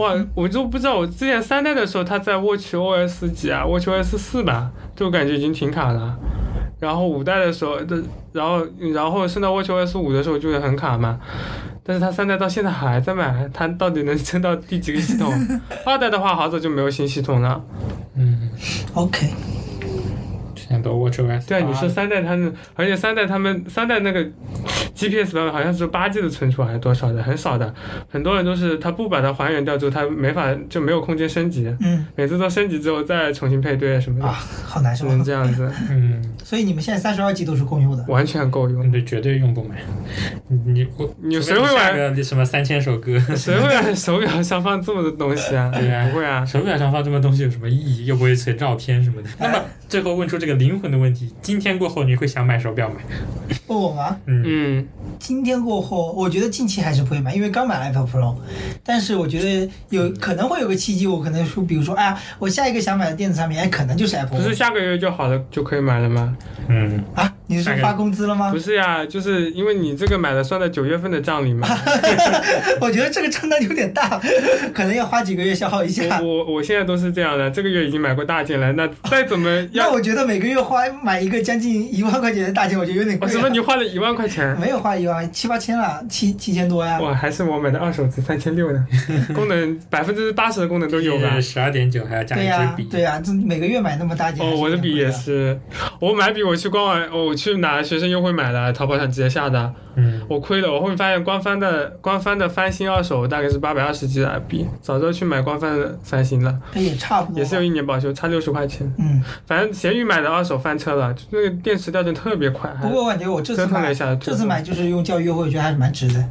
哇，我就不知道我之前三代的时候，它在 Watch OS 几啊，Watch OS 四吧，就感觉已经停卡了。然后五代的时候，的然后然后升到 Watch OS 五的时候就会很卡嘛。但是它三代到现在还在卖，它到底能撑到第几个系统？二代的话，好早就没有新系统了。嗯， OK，之前都 WatchOS 对啊，你八说三代他们，而且三代他们三代那个 GPS 版本好像是八 G 的存储还是多少的，很少的。很多人都是他不把它还原掉之后，他没法就没有空间升级，嗯每次都升级之后再重新配对什么啊，的，好难只受。能这样子，嗯，所以你们现在三十二 G 都是共用的，完全 够用。对，绝对用不满。你你我，你除非谁会下玩个什么三千首 歌？谁会在手表上放这么多东西啊？对啊不会啊。手表上放这么东西有什么意义？又不会存照片什么的。那哎么最后问出这个灵魂的问题：今天过后你会想买手表吗？问我吗？嗯，嗯，今天过后，我觉得近期还是不会买，因为刚买了 Apple Pro，但是我觉得有可能会有个契机，我可能说，比如说，哎呀，我下一个想买的电子产品，哎，可能就是 Apple 不是 Watch 下个月就好了就可以买了吗？嗯，啊？你是说发工资了吗不？是呀，就是因为你这个买了算在九月份的账里嘛。我觉得这个账单有点大， 可能要花几个月消耗一下我。我我现在都是这样的，这个月已经买过大件了，那再怎么要那我觉得每个月花买一个将近一万块钱的大件，我觉得有点 我贵什了么？你花了一万块钱？没有花一万，七八千了，七七千多呀。哇，还是我买的二手值三千六呢，功能百分之八十的功能都有吧？十二点九还要加对一呀、支笔。对呀、这每个月买那么大件。哦，我的笔也是。是，我买笔我去官网，哦我去拿学生优惠买的，淘宝上直接下的，嗯，我亏了。我后面发现官方的官方的翻新二手大概是八百二十几的笔，早知道去买官方的翻新了，哎也差不多。也是有一年保修，差六十块钱。嗯，反正闲鱼买的二手翻车了，就那个电池掉的特别快。还不过我感觉我这次折腾了买一下这次买就是用教育优惠，我觉得还是蛮值的。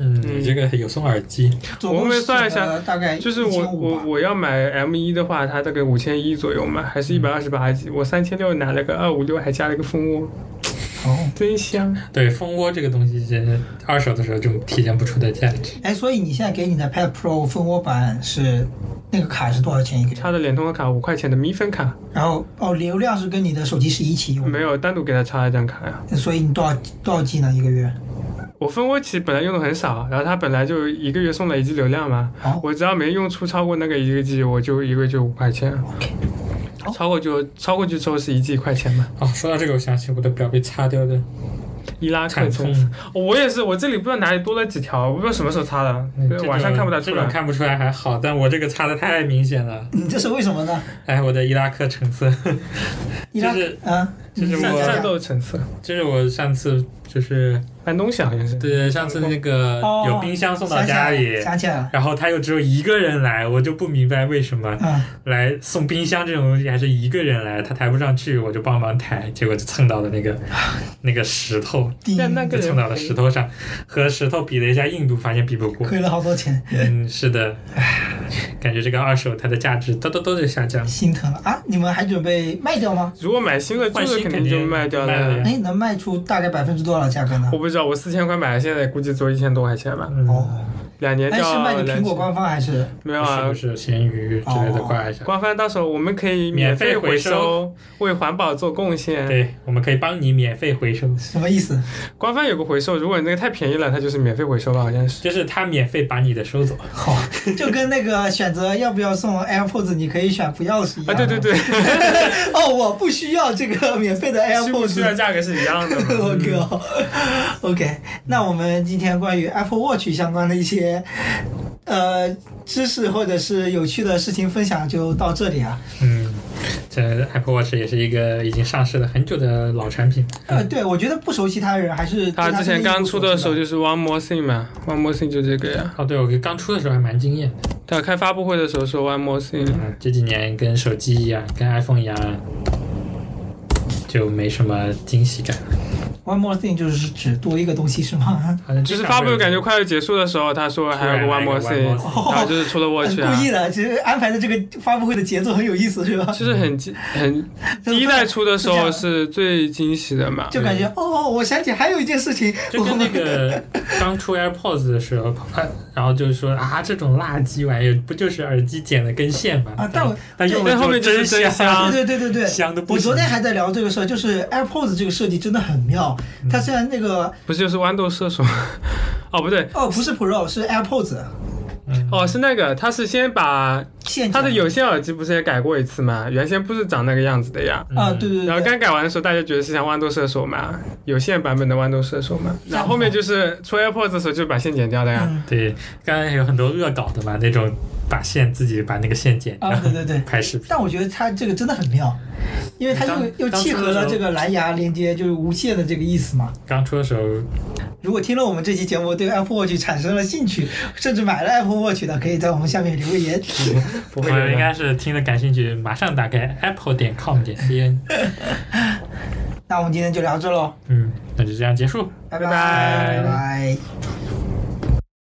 嗯，你这个有送耳机，总共我们算一下是呃大概就是我1500吧我我要买 M 一的话，它大概五千一左右嘛，还是一百二十八 G，我三千六拿了个二五六，还加了个蜂窝，哦，真香！对蜂窝这个东西，真的二手的时候就体现不出的价值。哎，所以你现在给你的 Pad Pro 蜂窝版是那个卡是多少钱一个月？插的联通的卡，五块钱的米粉卡，然后哦，流量是跟你的手机是一起用的，没有单独给他插一张卡呀。所以你多少多少 G 呢？一个月？我蜂窝其实本来用的很少，啊然后他本来就一个月送了一 G 流量嘛，哦我只要没用出超过那个一个 G，我就一个月就五块钱， ，OK，好超过就超过去之后是一 G 一块钱嘛。哦，说到这个，我想起我的表被擦掉的伊拉克惨城痛，市，哦我也是，我这里不知道哪里多了几条，我不知道什么时候擦的，嗯这种晚上看不大出这种来。看不出来还好，但我这个擦的太明显了。你这是为什么呢？哎，我的伊拉克橙色， 伊拉就是啊，就是你我想战讲战讲斗橙色，这是我上次就是搬东西好啊像是。对上次那个哦有冰箱送到想起家来里了，想起来了，然后他又只有一个人来，我就不明白为什么嗯，来送冰箱这种东西还是一个人来，他抬不上去，我就帮忙抬，结果就蹭到了那个那个石头，第一但那个就蹭到了石头上，和石头比了一下硬度，发现比不过。亏了好多钱，嗯，是的，感觉这个二手它的价值都都都在下降。心疼了啊！你们还准备卖掉吗？如果买新的，旧换新的肯肯定就定卖掉卖了呀了。哎，能卖出大概百分之多少价格呢我？不知道，我四千块买，现在估计只有一千多块钱吧，嗯，哦，两年哎，掉是卖给苹两果千官方还是？没有是啊不，是咸鱼之哦类的挂一下？官方到时候我们可以免费回收，为环保做贡献。对，我们可以帮你免费回收，什么意思？官方有个回收，如果那个太便宜了，它就是免费回收吧，好像是。就是他免费把你的收走。好，就跟那个选择要不要送 AirPods，你可以选不要是一啊，样的。对对对， 哦，我不需要这个免费的需不 AirPods。需要嗯价格是一样的 我嘛？靠，OK，那我们今天关于 Apple Watch 相关的一些呃知识或者是有趣的事情分享就到这里啊。嗯，这 Apple Watch 也是一个已经上市了很久的老产品。呃，对我觉得不熟悉它的人还是它之前刚出的时候就就是 One More Thing 嘛，One More Thing 就这个呀。哦，对，我刚出的时候还蛮惊艳的。它开发布会的时候说 One More Thing，嗯，这几年跟手机一样，跟 iPhone 一样，就没什么惊喜感。 One More Thing 就是指多一个东西是吗？好像就经是常发会布会有感觉快要结束的时候，他说还有个 One More 突然来个 One More Thing，Thing 然后就是出了 Watch 啊故。意的，其实安排的这个发布会的节奏很有意思，是吧？就是很惊 很第一代出的时候是最惊喜的嘛，嗯就感觉哦，我想起还有一件事情，就跟那我 个刚出 AirPods 的时候，啊然后就说啊，这种垃圾玩意儿不就是耳机剪的根线吗？啊但我 啊但用了但后面之就是真真香对对对对对，香的不我行昨天还在聊这个事儿，就是 AirPods 这个设计真的很妙。嗯它虽然那个不是就是豌豆射手？ 哦，不对，哦不是 Pro 是 AirPods 哦是那个，他是先把线他的剪有线耳机不是也改过一次嘛，原先不是长那个样子的呀。啊嗯对对然后对，刚改完的时候，大家觉得是像豌豆射手嘛，有线版本的豌豆射手嘛。然后后面就是出 AirPods 的时候就把线剪掉了呀。嗯对，刚才有很多恶搞的嘛，那种把线自己把那个线剪掉，啊对对对，拍视频。但我觉得它这个真的很妙，因为它当又又当契初合的时了候这个蓝牙连接，就是无线的这个意思嘛。刚出的时候，如果听了我们这期节目对 Apple Watch 产生了兴趣，甚至买了 Apple Watch 的，可以在我们下面留个言。不朋会友应的呀，该是听了感兴趣，马上打开 apple 点 com 点 cn。那我们今天就聊这喽，嗯，那就这样结束。拜拜拜拜拜。